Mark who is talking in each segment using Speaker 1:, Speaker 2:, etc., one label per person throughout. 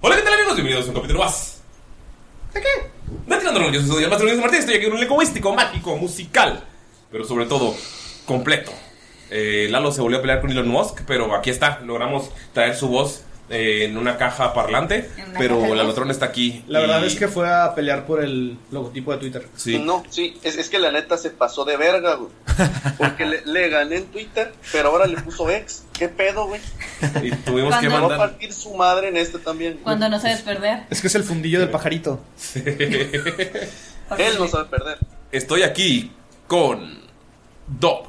Speaker 1: Hola, ¿qué tal amigos? Bienvenidos a un capítulo más. ¿De qué? De Tirando Rollos. Yo soy el Maestro Luis Martínez. Estoy aquí en un elenco místico, mágico, musical, pero sobre todo, completo. Eh, Lalo se volvió a pelear con Elon Musk, pero aquí está. Logramos traer su voz eh, en una caja parlante,
Speaker 2: una caja
Speaker 1: pero
Speaker 2: de
Speaker 1: la
Speaker 2: voz.
Speaker 1: patrona está aquí.
Speaker 3: La verdad
Speaker 1: y-
Speaker 3: es que fue a pelear por el logotipo de Twitter.
Speaker 1: Sí.
Speaker 2: No, sí, es, es que la neta se pasó de verga, güey. Porque le, le gané en Twitter, pero ahora le puso ex. ¿Qué pedo, güey?
Speaker 1: y tuvimos que
Speaker 2: Va a
Speaker 1: mandar.
Speaker 2: partir su madre en este también. güey.
Speaker 4: Cuando no sabes perder.
Speaker 3: Es que es el fundillo del pajarito.
Speaker 2: Él no sabe perder.
Speaker 1: Estoy aquí con Dob.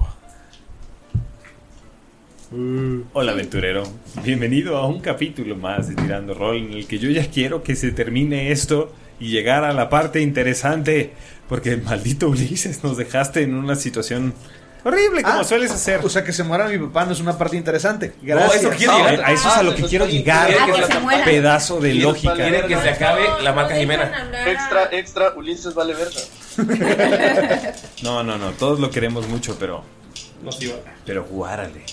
Speaker 5: Hola aventurero, bienvenido a un capítulo más de Tirando Roll en el que yo ya quiero que se termine esto y llegar a la parte interesante porque maldito Ulises nos dejaste en una situación horrible como
Speaker 3: Ah.
Speaker 5: sueles hacer.
Speaker 3: O sea, que se muera mi papá no es una parte interesante.
Speaker 1: No,
Speaker 3: Gracias.
Speaker 1: eso quiere
Speaker 5: A,
Speaker 1: llegar.
Speaker 5: a eso es a lo que quiero llegar,
Speaker 1: Ah, que se
Speaker 4: muera.
Speaker 5: pedazo de
Speaker 2: Quiero
Speaker 5: lógica.
Speaker 2: salir.
Speaker 1: Quieren que se acabe la marca Jimena.
Speaker 2: Extra, extra, Ulises vale verga.
Speaker 5: No, no, no, todos lo queremos mucho, pero,
Speaker 1: Nos iba.
Speaker 5: pero guárale.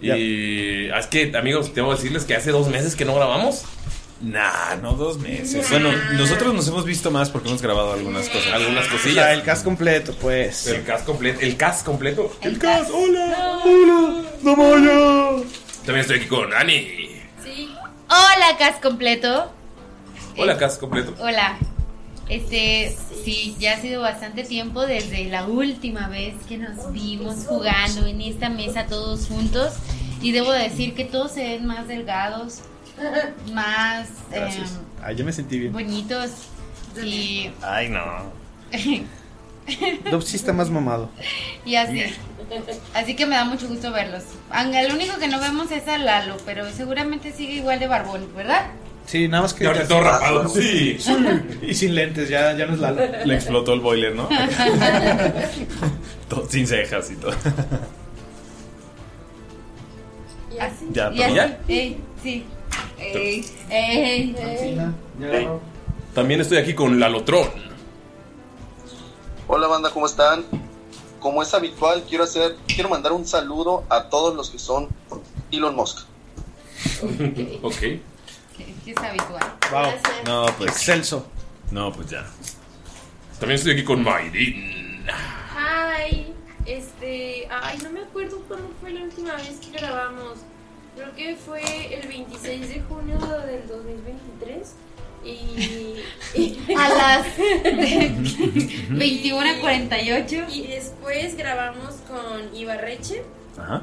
Speaker 1: Y es que, amigos, tengo que decirles que hace dos meses que no grabamos.
Speaker 5: Nah, no dos
Speaker 1: Eh,
Speaker 5: meses. Bueno, nosotros nos hemos visto más porque hemos grabado algunas cosas.
Speaker 1: Algunas
Speaker 3: O sea,
Speaker 1: cosillas.
Speaker 3: el cast completo, pues.
Speaker 1: El cast completo. El cast completo.
Speaker 4: El cas.
Speaker 1: Hola.
Speaker 3: ¡Hola! ¡No vaya!
Speaker 1: También estoy aquí con Ani.
Speaker 4: Sí. Hola, Cas completo.
Speaker 1: Hola, cast completo.
Speaker 4: Hola. Este, sí, ya ha sido bastante tiempo desde la última vez que nos vimos jugando en esta mesa todos juntos. Y debo decir que todos se ven más delgados, más
Speaker 3: Gracias.
Speaker 4: em,
Speaker 3: Ay, ya me sentí bien.
Speaker 4: bonitos. Y,
Speaker 5: Ay, no.
Speaker 3: Dob sí está más mamado.
Speaker 4: y así. Así que me da mucho gusto verlos. Aunque lo único que no vemos es a Lalo, pero seguramente sigue igual de barbón, ¿verdad?
Speaker 3: Sí, nada más que.
Speaker 1: Y ahorita todo rapado. Sí.
Speaker 3: Y sin lentes, ya, ya no es Lalo.
Speaker 5: Le explotó el boiler, ¿no? Todo sin cejas y todo. Ya,
Speaker 4: Y
Speaker 5: perdón.
Speaker 4: así,
Speaker 1: ¿Ya?
Speaker 4: ey, sí. Ey, ey, ey.
Speaker 3: Ya.
Speaker 1: También estoy aquí con Lalotron.
Speaker 2: Hola, banda, ¿cómo están? Como es habitual, quiero hacer, quiero mandar un saludo a todos los que son Elon Musk.
Speaker 1: Ok.
Speaker 4: Que- que es habitual.
Speaker 3: Wow.
Speaker 5: No, pues.
Speaker 3: Excelso.
Speaker 5: No, pues ya.
Speaker 1: También estoy aquí con Mayrin.
Speaker 6: Hi. Este, ay, no me acuerdo cuándo fue la última vez que grabamos. Creo que fue el 26 de junio del 2023. Y, y-
Speaker 4: A las 21:48.
Speaker 6: Y después grabamos con Ibarreche.
Speaker 5: Ajá.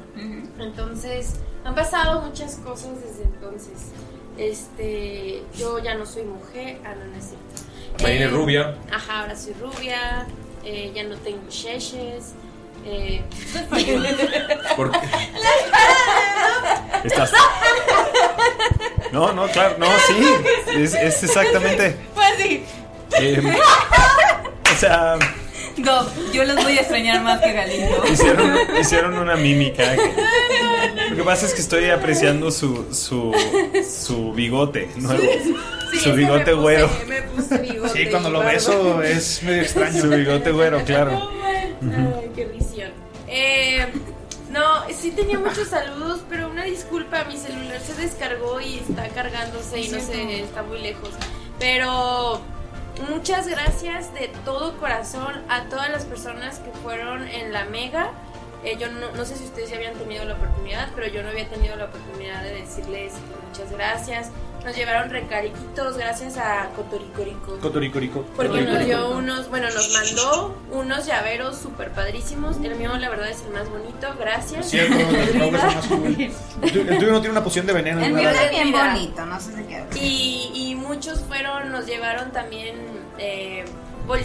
Speaker 6: Entonces, han pasado muchas cosas desde entonces. Este, yo ya no soy mujer, ah, no, no es cierto. Eh,
Speaker 1: Marina es rubia.
Speaker 6: Ajá, ahora soy rubia, eh, ya no tengo cheches. Eh.
Speaker 1: ¿Por qué?
Speaker 5: Estás- No, no, claro, no, sí. Es, es exactamente.
Speaker 7: Pues sí.
Speaker 5: em, o sea,
Speaker 7: No, yo los voy a extrañar más que Galindo.
Speaker 5: hicieron, hicieron una mímica. Lo que pasa es que estoy apreciando su, su, su bigote nuevo. su bigote güero.
Speaker 6: Me puse bigote.
Speaker 3: Sí, cuando lo
Speaker 6: y barba.
Speaker 3: beso eh. es medio extraño.
Speaker 5: Su bigote güero, claro.
Speaker 6: Ay, qué risión. Eh, no, sí tenía muchos saludos, pero una disculpa, mi celular se descargó y está cargándose y no sé, está muy lejos. Pero muchas gracias de todo corazón a todas las personas que fueron en la mega. Eh, yo no, no sé si ustedes ya habían tenido la oportunidad, pero yo no había tenido la oportunidad de decirles muchas gracias. Nos llevaron recariquitos, gracias a Cotoricorico.
Speaker 3: Cotoricorico.
Speaker 6: Porque nos dio unos, bueno, nos mandó unos llaveros súper padrísimos. El mío, la verdad, es el más bonito. Gracias.
Speaker 3: Cierto, los logros son más cool. El tu- el tuyo no tiene una poción de veneno.
Speaker 6: El
Speaker 3: ¿no?
Speaker 6: mío
Speaker 7: Es bien
Speaker 6: Mira.
Speaker 7: bonito, no sé de qué.
Speaker 6: Y, y muchos fueron, nos llevaron también eh,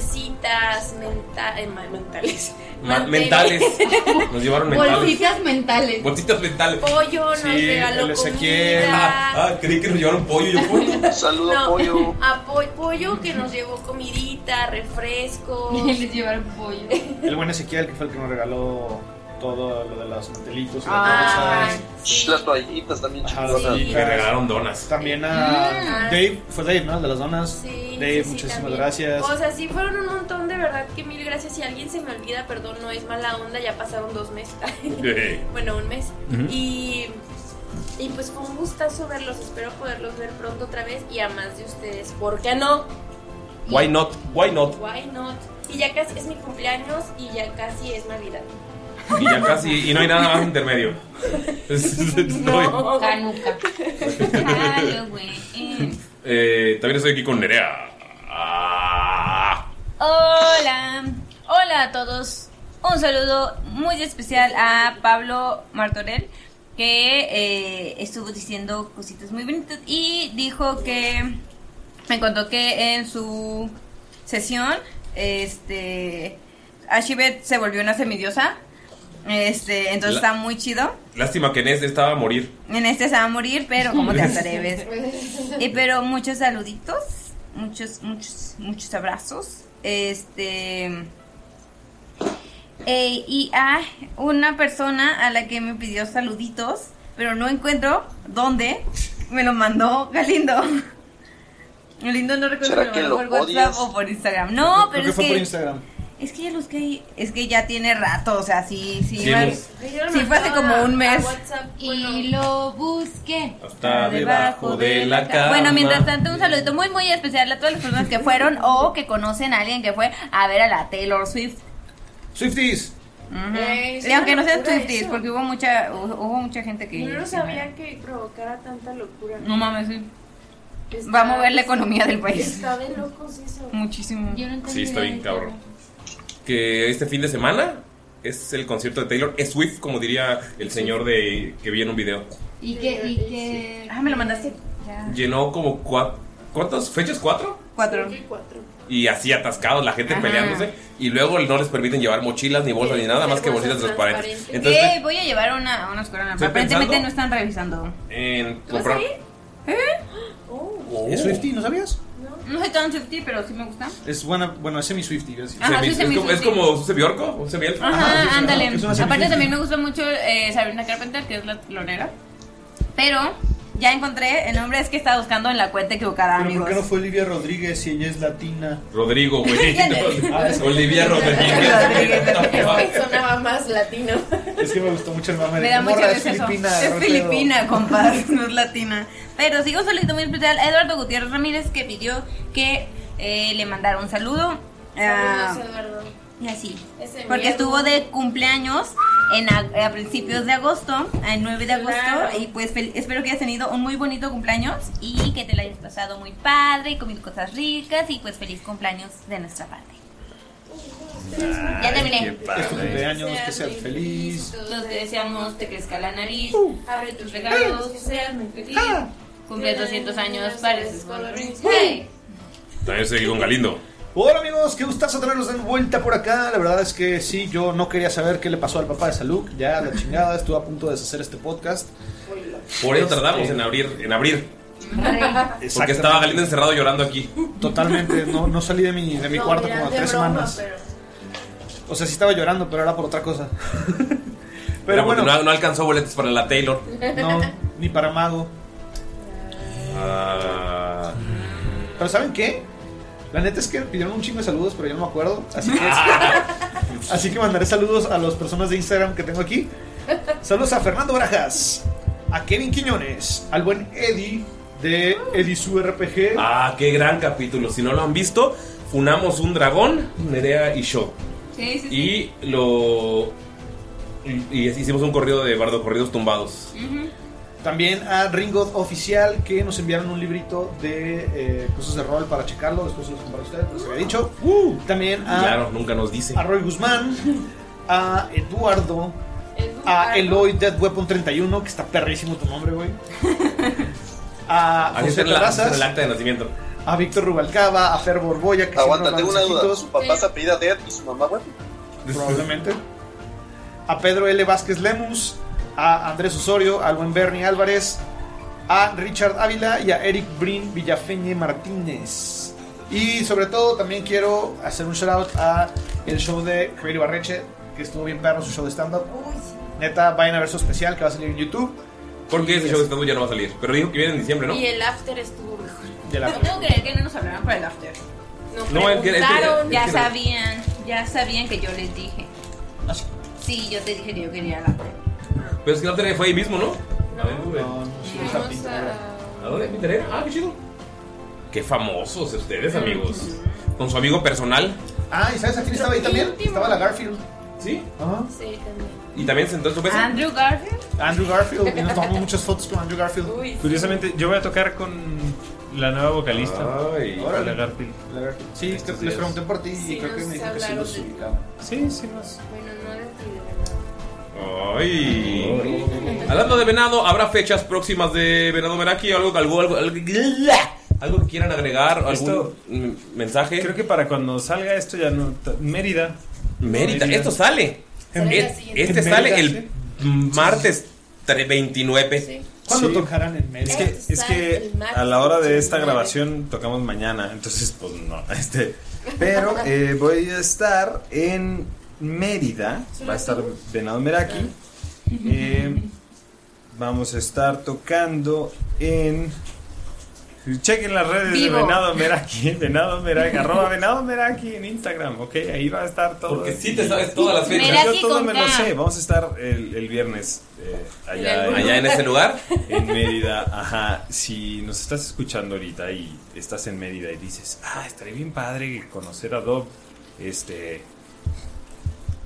Speaker 6: bolsitas menta- eh, ma- mentales.
Speaker 1: Ma- mentales. Nos llevaron mentales.
Speaker 4: Bolsitas mentales.
Speaker 1: Bolsitas mentales.
Speaker 6: Pollo, nos
Speaker 3: Sí,
Speaker 6: regaló
Speaker 3: el Ezequiel.
Speaker 6: comida.
Speaker 1: Ah, creí que nos llevaron pollo. Yo, pollo.
Speaker 2: Saludo
Speaker 6: No,
Speaker 2: pollo.
Speaker 6: a po- pollo que nos llevó comidita, refresco.
Speaker 4: Les llevaron pollo.
Speaker 3: El buen Ezequiel, que fue el que nos regaló todo lo de los mantelitos y las
Speaker 6: Ah,
Speaker 3: bolsas.
Speaker 6: sí.
Speaker 2: Las toallitas también
Speaker 3: Ajá,
Speaker 2: chicos.
Speaker 3: las
Speaker 1: Y me regalaron donas.
Speaker 3: También a
Speaker 6: Mm.
Speaker 3: Dave, fue Dave, ¿no? El de las donas.
Speaker 6: Sí,
Speaker 3: Dave,
Speaker 6: sí, sí,
Speaker 3: muchísimas
Speaker 6: también. Pues-
Speaker 3: gracias.
Speaker 6: O sea, sí fueron un montón, de verdad que mil gracias. Si alguien se me olvida, perdón, no es mala onda, ya pasaron dos meses.
Speaker 1: Eh,
Speaker 6: bueno, un mes.
Speaker 5: Ujú.
Speaker 6: Y. Y pues fue un gustazo verlos, espero poderlos ver pronto otra vez y a más de ustedes, ¿por qué no?
Speaker 1: Why not? Why not?
Speaker 6: Why not? Y ya casi es mi cumpleaños y ya casi es Navidad.
Speaker 1: Y ya casi. Y no hay nada más intermedio.
Speaker 6: No.
Speaker 7: Ah,
Speaker 4: Canuca.
Speaker 7: Halloween.
Speaker 1: Eh, también estoy aquí con Nerea. Ah.
Speaker 7: Hola. Hola a todos. Un saludo muy especial a Pablo Martorell, que eh, estuvo diciendo cositas muy bonitas y dijo que me contó que en su sesión, este, Ashibet se volvió una semidiosa. Este, entonces
Speaker 1: La-
Speaker 7: está muy chido.
Speaker 1: Lástima que Ness estaba a morir.
Speaker 7: En este se va a morir, pero como te atreves. Y pero muchos saluditos, muchos, muchos, muchos abrazos. Este. eh, y a una persona a la que me pidió saluditos, pero no encuentro dónde me lo mandó Galindo. Galindo no recuerdo
Speaker 2: ¿Será
Speaker 7: si me
Speaker 2: que
Speaker 7: mandó
Speaker 2: lo
Speaker 7: por WhatsApp
Speaker 2: odias?
Speaker 7: o por Instagram.
Speaker 3: Creo
Speaker 7: No,
Speaker 3: que
Speaker 7: pero es
Speaker 3: fue por
Speaker 7: que,
Speaker 3: Instagram.
Speaker 7: es que ya los que es que ya tiene rato, o sea, sí, sí.
Speaker 1: Sí,
Speaker 7: va-
Speaker 1: hemos-
Speaker 7: Sí, fue hace como un mes.
Speaker 6: A WhatsApp,
Speaker 4: Y
Speaker 6: bueno,
Speaker 4: lo busqué.
Speaker 1: Está debajo de la cama.
Speaker 7: Bueno, mientras tanto, un saludito muy, muy especial a todas las personas que fueron o que conocen a alguien que fue a ver a la Taylor Swift.
Speaker 3: Swifties.
Speaker 7: Ujú.
Speaker 6: Eh, es
Speaker 7: y aunque no
Speaker 6: una
Speaker 7: sean
Speaker 6: locura
Speaker 7: Swifties,
Speaker 6: eso.
Speaker 7: porque hubo mucha hubo hubo mucha gente que.
Speaker 6: yo no sabía que provocara tanta locura.
Speaker 7: No mames, sí.
Speaker 6: Está-
Speaker 7: va a mover la economía del país.
Speaker 6: Está de locos eso.
Speaker 7: Muchísimo.
Speaker 4: Yo no entendí
Speaker 1: Sí, está
Speaker 4: nada
Speaker 1: bien
Speaker 4: de todo.
Speaker 1: cabrón. Que este fin de semana es el concierto de Taylor. Es Swift, como diría el señor de que vi en un video.
Speaker 4: Y que, y que.
Speaker 7: Ah, me lo mandaste.
Speaker 1: Llenó como cuatro. ¿Cuántas fechas? ¿Cuatro?
Speaker 7: Cuatro.
Speaker 6: Cuatro.
Speaker 1: Y así atascados, la gente
Speaker 7: Ajá.
Speaker 1: peleándose. Y luego no les permiten llevar mochilas, ni bolsas, ni nada, más que bolsitas transparentes. Entonces,
Speaker 7: Ey, voy a llevar una, unas coronas.
Speaker 1: Estoy
Speaker 7: Aparentemente
Speaker 1: pensando-
Speaker 7: no están revisando.
Speaker 1: en
Speaker 6: ¿Tú vas
Speaker 1: comprar.
Speaker 6: a ir? Oh.
Speaker 3: ¿Es Swiftie? ¿No sabías?
Speaker 7: No soy tan Swiftie, pero sí me gusta.
Speaker 3: Es buena, bueno, es semi-Swiftie. gracias.
Speaker 7: Ajá,
Speaker 1: Semi-
Speaker 7: sí,
Speaker 1: es,
Speaker 7: semi-
Speaker 1: como, es
Speaker 7: sí.
Speaker 1: como Susie Biorco, un semielfo.
Speaker 3: Ah, sí, sí,
Speaker 7: Ajá, ándale.
Speaker 3: es una
Speaker 7: Aparte
Speaker 3: semifina.
Speaker 7: también me gusta mucho eh, Sabrina Carpenter, que es la lonera. Pero ya encontré, el nombre es que estaba buscando en la cuenta equivocada,
Speaker 3: ¿Pero por
Speaker 7: amigos.
Speaker 3: qué no fue Olivia Rodríguez si ella es latina?
Speaker 1: Rodrigo, güey.
Speaker 7: ¿Quién
Speaker 3: Ah, es-
Speaker 1: Olivia
Speaker 7: Rodríguez.
Speaker 1: Rodríguez.
Speaker 6: Sonaba más latino.
Speaker 3: Es que me gustó mucho el mame de
Speaker 7: Me da
Speaker 3: que,
Speaker 7: mucha
Speaker 3: "Morra,
Speaker 7: risa
Speaker 3: es
Speaker 7: eso.
Speaker 3: filipina.
Speaker 7: es
Speaker 3: no hay
Speaker 7: filipina, compadre, no es latina. Pero sigo solito muy especial a Eduardo Gutiérrez Ramírez que pidió que eh, le mandara un saludo. Ah,
Speaker 6: Saludos, Eduardo.
Speaker 7: Así.
Speaker 6: Ese
Speaker 7: Porque
Speaker 6: miedo.
Speaker 7: estuvo de cumpleaños en a, a principios de agosto, el 9 de agosto.
Speaker 6: Claro.
Speaker 7: Y pues fel- espero que hayas tenido un muy bonito cumpleaños y que te la hayas pasado muy padre y comido cosas ricas. Y pues feliz cumpleaños de nuestra parte. Ya terminé.
Speaker 3: Es tu cumpleaños, que seas feliz.
Speaker 7: Los que deseamos te crezca la nariz,
Speaker 6: abre tus
Speaker 7: regalos,
Speaker 6: que seas muy feliz.
Speaker 7: cumples 200 años, pareces muy
Speaker 1: También estoy aquí con Galindo.
Speaker 3: Hola amigos, qué gustazo tenerlos de vuelta por acá. La verdad es que sí, yo no quería saber qué le pasó al papá de Saluk. Ya la chingada, estuve a punto de deshacer este podcast.
Speaker 1: Por eso
Speaker 3: Este-
Speaker 1: tardamos en abrir. En abrir porque
Speaker 3: Exactamente.
Speaker 1: estaba Galindo encerrado llorando aquí.
Speaker 3: Este, Totalmente, no, no salí de mi, de mi
Speaker 6: No,
Speaker 3: cuarto
Speaker 6: mira,
Speaker 3: como
Speaker 6: de
Speaker 3: tres
Speaker 6: broma,
Speaker 3: semanas.
Speaker 6: pero-
Speaker 3: O sea, sí estaba llorando, pero era por otra cosa.
Speaker 1: Pero bueno. No, no alcanzó boletos para la Taylor.
Speaker 3: No, ni para Mago.
Speaker 1: Ah.
Speaker 3: Pero ¿saben qué? La neta es que pidieron un chingo de saludos, pero yo no me acuerdo. Así que, así que mandaré saludos a las personas de Instagram que tengo aquí. Saludos a Fernando Barajas, a Kevin Quiñones, al buen Eddie de Edisu RPG.
Speaker 1: Ah, qué gran capítulo. Si no lo han visto, funamos un dragón, Nerea y yo.
Speaker 7: Sí, sí, sí.
Speaker 1: Y lo. Y y hicimos un corrido de bardo, corridos tumbados.
Speaker 7: Ujú.
Speaker 3: También a Ringo Oficial que nos enviaron un librito de eh, cosas de rol para checarlo. Después se los comparto a ustedes, como se había dicho. También
Speaker 7: Ah.
Speaker 3: a
Speaker 1: Uh, Claro, nunca nos dice.
Speaker 3: a Roy Guzmán, a Eduardo, a Eloy Dead Weapon 31, que está perrísimo tu nombre, güey. A
Speaker 1: Así está en, la, está
Speaker 3: José
Speaker 1: en el
Speaker 3: Terrazas,
Speaker 1: acta de nacimiento.
Speaker 3: a Víctor Rubalcaba, a Fer Borboya, que
Speaker 2: Aguanta,
Speaker 3: siempre nos
Speaker 2: tengo una
Speaker 3: da
Speaker 2: duda.
Speaker 3: mensajitos,
Speaker 2: ¿Su papá se apellida Dead y su mamá Weapon?
Speaker 3: probablemente. A Pedro L. Vázquez Lemus, a Andrés Osorio, al buen Bernie Álvarez, a Richard Ávila y a Eric Brin Villafeñe Martínez. Y sobre todo también quiero hacer un shout out a el show de Javier Barreche, que estuvo bien perro su show de stand-up. Neta, vayan a ver su especial que va a salir en YouTube.
Speaker 1: Porque ese show de stand-up ya no va a salir. Pero dijo que viene en diciembre, ¿no?
Speaker 6: Y el after estuvo mejor.
Speaker 3: De la-
Speaker 7: ¿Cómo creer que no nos hablaron para el after?
Speaker 1: No, es que- es que-
Speaker 6: preguntaron.
Speaker 1: es que
Speaker 7: Ya
Speaker 1: no. Ah,
Speaker 7: sabían, ya sabían que yo les dije. Sí, yo te dije que yo quería el after.
Speaker 1: Pero es que no te fue ahí mismo, ¿no? A ver, güey.
Speaker 6: Fuimos a-
Speaker 1: ¿A dónde? ¿Pintarera? Ah, qué chido. Qué famosos ustedes, amigos. Con su amigo personal.
Speaker 3: Ah, ¿y sabes a quién estaba ahí también? Estaba la Garfield.
Speaker 1: ¿Sí?
Speaker 3: Ajá.
Speaker 6: Sí, también.
Speaker 1: Y también sentó en su mesa.
Speaker 7: Andrew Garfield.
Speaker 3: Andrew Garfield. Y nos tomamos muchas fotos con Andrew Garfield.
Speaker 5: Curiosamente, yo voy a tocar con la nueva vocalista. Este
Speaker 1: Ay,
Speaker 3: órale.
Speaker 5: la Garfield.
Speaker 3: La Garfield. Sí, es que
Speaker 5: Estos
Speaker 3: les
Speaker 5: días.
Speaker 3: pregunté por ti
Speaker 6: Sí,
Speaker 3: y creo que
Speaker 6: nos
Speaker 3: me dijo que sí
Speaker 6: hablaron
Speaker 3: los
Speaker 6: de-
Speaker 3: ubicaba.
Speaker 5: Sí, sí, más.
Speaker 6: Bueno, no decidí
Speaker 1: Ay. Hablando de venado, ¿habrá fechas próximas de Venado Meraki? ¿Algo, algo, algo, algo, algo que quieran agregar? ¿Algún
Speaker 5: Esto-
Speaker 1: mm, mensaje?
Speaker 5: Creo que para cuando salga esto ya no. ta- Mérida.
Speaker 1: Mérida, esto sale.
Speaker 6: Sale la
Speaker 1: E-
Speaker 6: siguiente.
Speaker 1: Este
Speaker 5: En
Speaker 1: sale
Speaker 5: Mérida,
Speaker 1: el martes tre- 29.
Speaker 3: ¿Cuándo
Speaker 5: Sí.
Speaker 3: tocarán en Mérida?
Speaker 5: Es que, es que a la hora de esta grabación tocamos mañana, entonces pues no. Este, pero eh, voy a estar en Mérida, va a estar Venado Meraki. Eh, vamos a estar tocando en... Chequen las redes
Speaker 7: Vivo.
Speaker 5: de Venado Meraki, Venado Meraki, arroba Venado Meraki en Instagram, ok, ahí va a estar todo.
Speaker 1: Porque sí te sabes todas las fechas.
Speaker 7: Meraki
Speaker 5: Yo todo
Speaker 7: con
Speaker 5: me lo
Speaker 7: K.
Speaker 5: sé, vamos a estar el, el viernes eh, allá, en-
Speaker 1: Allá en ese lugar.
Speaker 5: en Mérida, ajá, si nos estás escuchando ahorita y estás en Mérida y dices, ah, estaría bien padre conocer a Dob, este...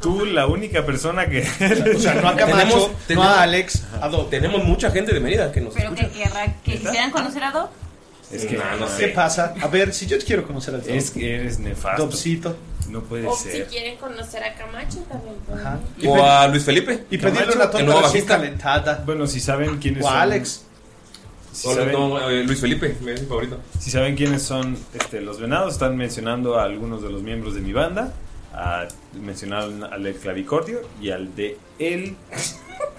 Speaker 5: Tú, la única persona que...
Speaker 3: O sea, no a Camacho,
Speaker 1: Tenemos-
Speaker 3: no
Speaker 1: tenemos-
Speaker 3: a Alex, a Doc.
Speaker 1: Tenemos mucha gente de Mérida que nos
Speaker 7: Pero
Speaker 1: escucha.
Speaker 7: que, querrá- que quisieran conocer a Doc.
Speaker 5: es que,
Speaker 1: Nah, no
Speaker 5: ah,
Speaker 1: sé.
Speaker 3: ¿Qué pasa? A ver, si yo quiero conocer al Doc.
Speaker 5: Es que eres nefasto.
Speaker 3: Dobcito.
Speaker 5: No puede
Speaker 6: O si
Speaker 5: ser.
Speaker 6: quieren conocer a Camacho también. pueden.
Speaker 3: Ajá. Y,
Speaker 1: O
Speaker 3: pe-
Speaker 1: a Luis Felipe.
Speaker 3: y pedirle
Speaker 5: Camacho,
Speaker 3: una
Speaker 1: el
Speaker 3: torta
Speaker 1: nuevo
Speaker 3: recién
Speaker 1: bajista.
Speaker 3: calentada.
Speaker 5: Bueno, si saben quiénes
Speaker 3: O a
Speaker 5: son...
Speaker 3: Alex.
Speaker 5: Si
Speaker 1: O
Speaker 5: saben,
Speaker 1: no, eh, Luis Felipe, mi favorito.
Speaker 5: si saben quiénes son este, los venados, están mencionando a algunos de los miembros de mi banda. A, mencionaron al del clavicordio y al de él.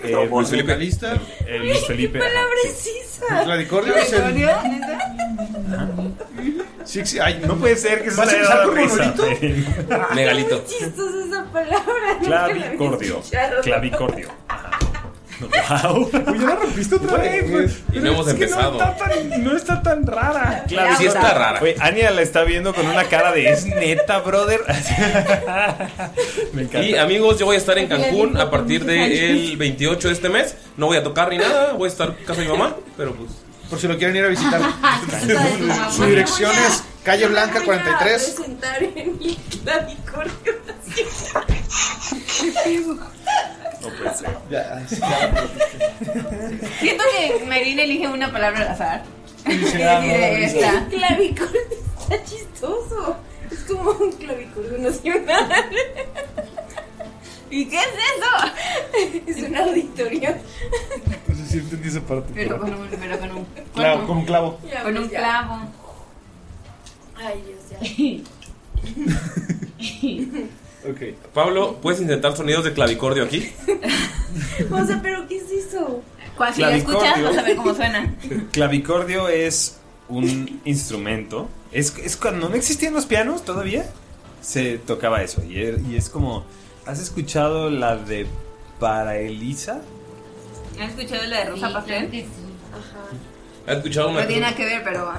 Speaker 5: eh,
Speaker 1: Trombón.
Speaker 5: Luis Felipe.
Speaker 3: Vocalista.
Speaker 5: El Luis Felipe. ajá, sí.
Speaker 3: El clavicordio es el. Sí, sí, ay,
Speaker 5: No
Speaker 3: no.
Speaker 5: puede ser que se
Speaker 3: ¿Vas a
Speaker 5: haya
Speaker 3: empezar
Speaker 5: dado
Speaker 3: con
Speaker 5: risa.
Speaker 3: monolito?
Speaker 5: güey.
Speaker 1: Megalito.
Speaker 6: Chistosa esa palabra. nunca la había
Speaker 5: Clavicordio.
Speaker 6: escuchado.
Speaker 5: Clavicordio. Ajá. Wow. Pues ya la rompiste otra
Speaker 3: vez, pues.
Speaker 1: Y no hemos empezado.
Speaker 5: No está tan, no está tan rara.
Speaker 1: Claro, sí está rara.
Speaker 5: Oye, Ania la está viendo con una cara de es neta, brother. Me encanta.
Speaker 1: Y amigos, yo voy a estar en Cancún a partir del 28 de este mes. No voy a tocar ni nada, voy a estar en casa de mi mamá, pero pues.
Speaker 3: Por si lo quieren ir a visitar. Su
Speaker 7: Su
Speaker 3: dirección es Calle
Speaker 6: Yo me
Speaker 3: Blanca
Speaker 6: voy a
Speaker 3: 43.
Speaker 6: presentar en el clavicordio.
Speaker 5: No puede ser.
Speaker 7: Siento que Merín elige una palabra al azar.
Speaker 8: se da
Speaker 3: Ah,
Speaker 8: una risa.
Speaker 7: Clavicol está chistoso. Es como un clavicordio nacional. ¿Y qué es eso? Es un auditorio.
Speaker 3: Entonces sí entendí esa parte.
Speaker 7: Pero con un, pero con un,
Speaker 3: Clavo, con un clavo.
Speaker 7: con un clavo.
Speaker 6: Ay, Dios, ya.
Speaker 3: Ok.
Speaker 1: Pablo, ¿puedes intentar sonidos de clavicordio aquí?
Speaker 6: o sea, pero ¿qué es eso?
Speaker 7: Cuando si lo escuchas, vas a ver cómo suena.
Speaker 5: Clavicordio es un instrumento. Es, es cuando no existían los pianos todavía. Se tocaba eso. Y, er- y es como. ¿Has escuchado la de Para Elisa?
Speaker 7: ¿Has escuchado la de Rosa Pastel?
Speaker 1: ¿Has escuchado una?
Speaker 7: No tiene nada que ver, pero.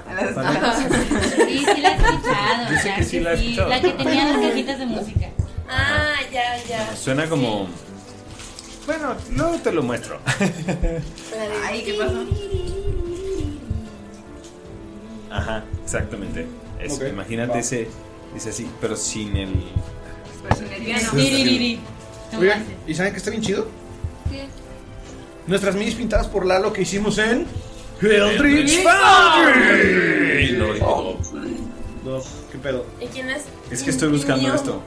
Speaker 4: Sí, sí la he escuchado.
Speaker 5: Yo sé
Speaker 4: ya
Speaker 5: que sí la he escuchado.
Speaker 4: La que tenía las cajitas de música.
Speaker 6: Ah, ya, ya.
Speaker 5: Suena como. Bueno, luego te lo muestro.
Speaker 7: Ay, ¿qué pasó?
Speaker 5: Ajá, exactamente. Eso,
Speaker 3: Ok,
Speaker 5: imagínate
Speaker 3: va.
Speaker 5: ese. Dice así, pero sin el.
Speaker 3: Oigan, ¿y saben que está bien chido? Nuestras minis pintadas por Lalo que hicimos en. Eldritch Foundry.
Speaker 1: No,
Speaker 3: No, qué pedo.
Speaker 6: ¿Y quién las
Speaker 5: Es que estoy buscando
Speaker 6: imprimió?
Speaker 5: esto.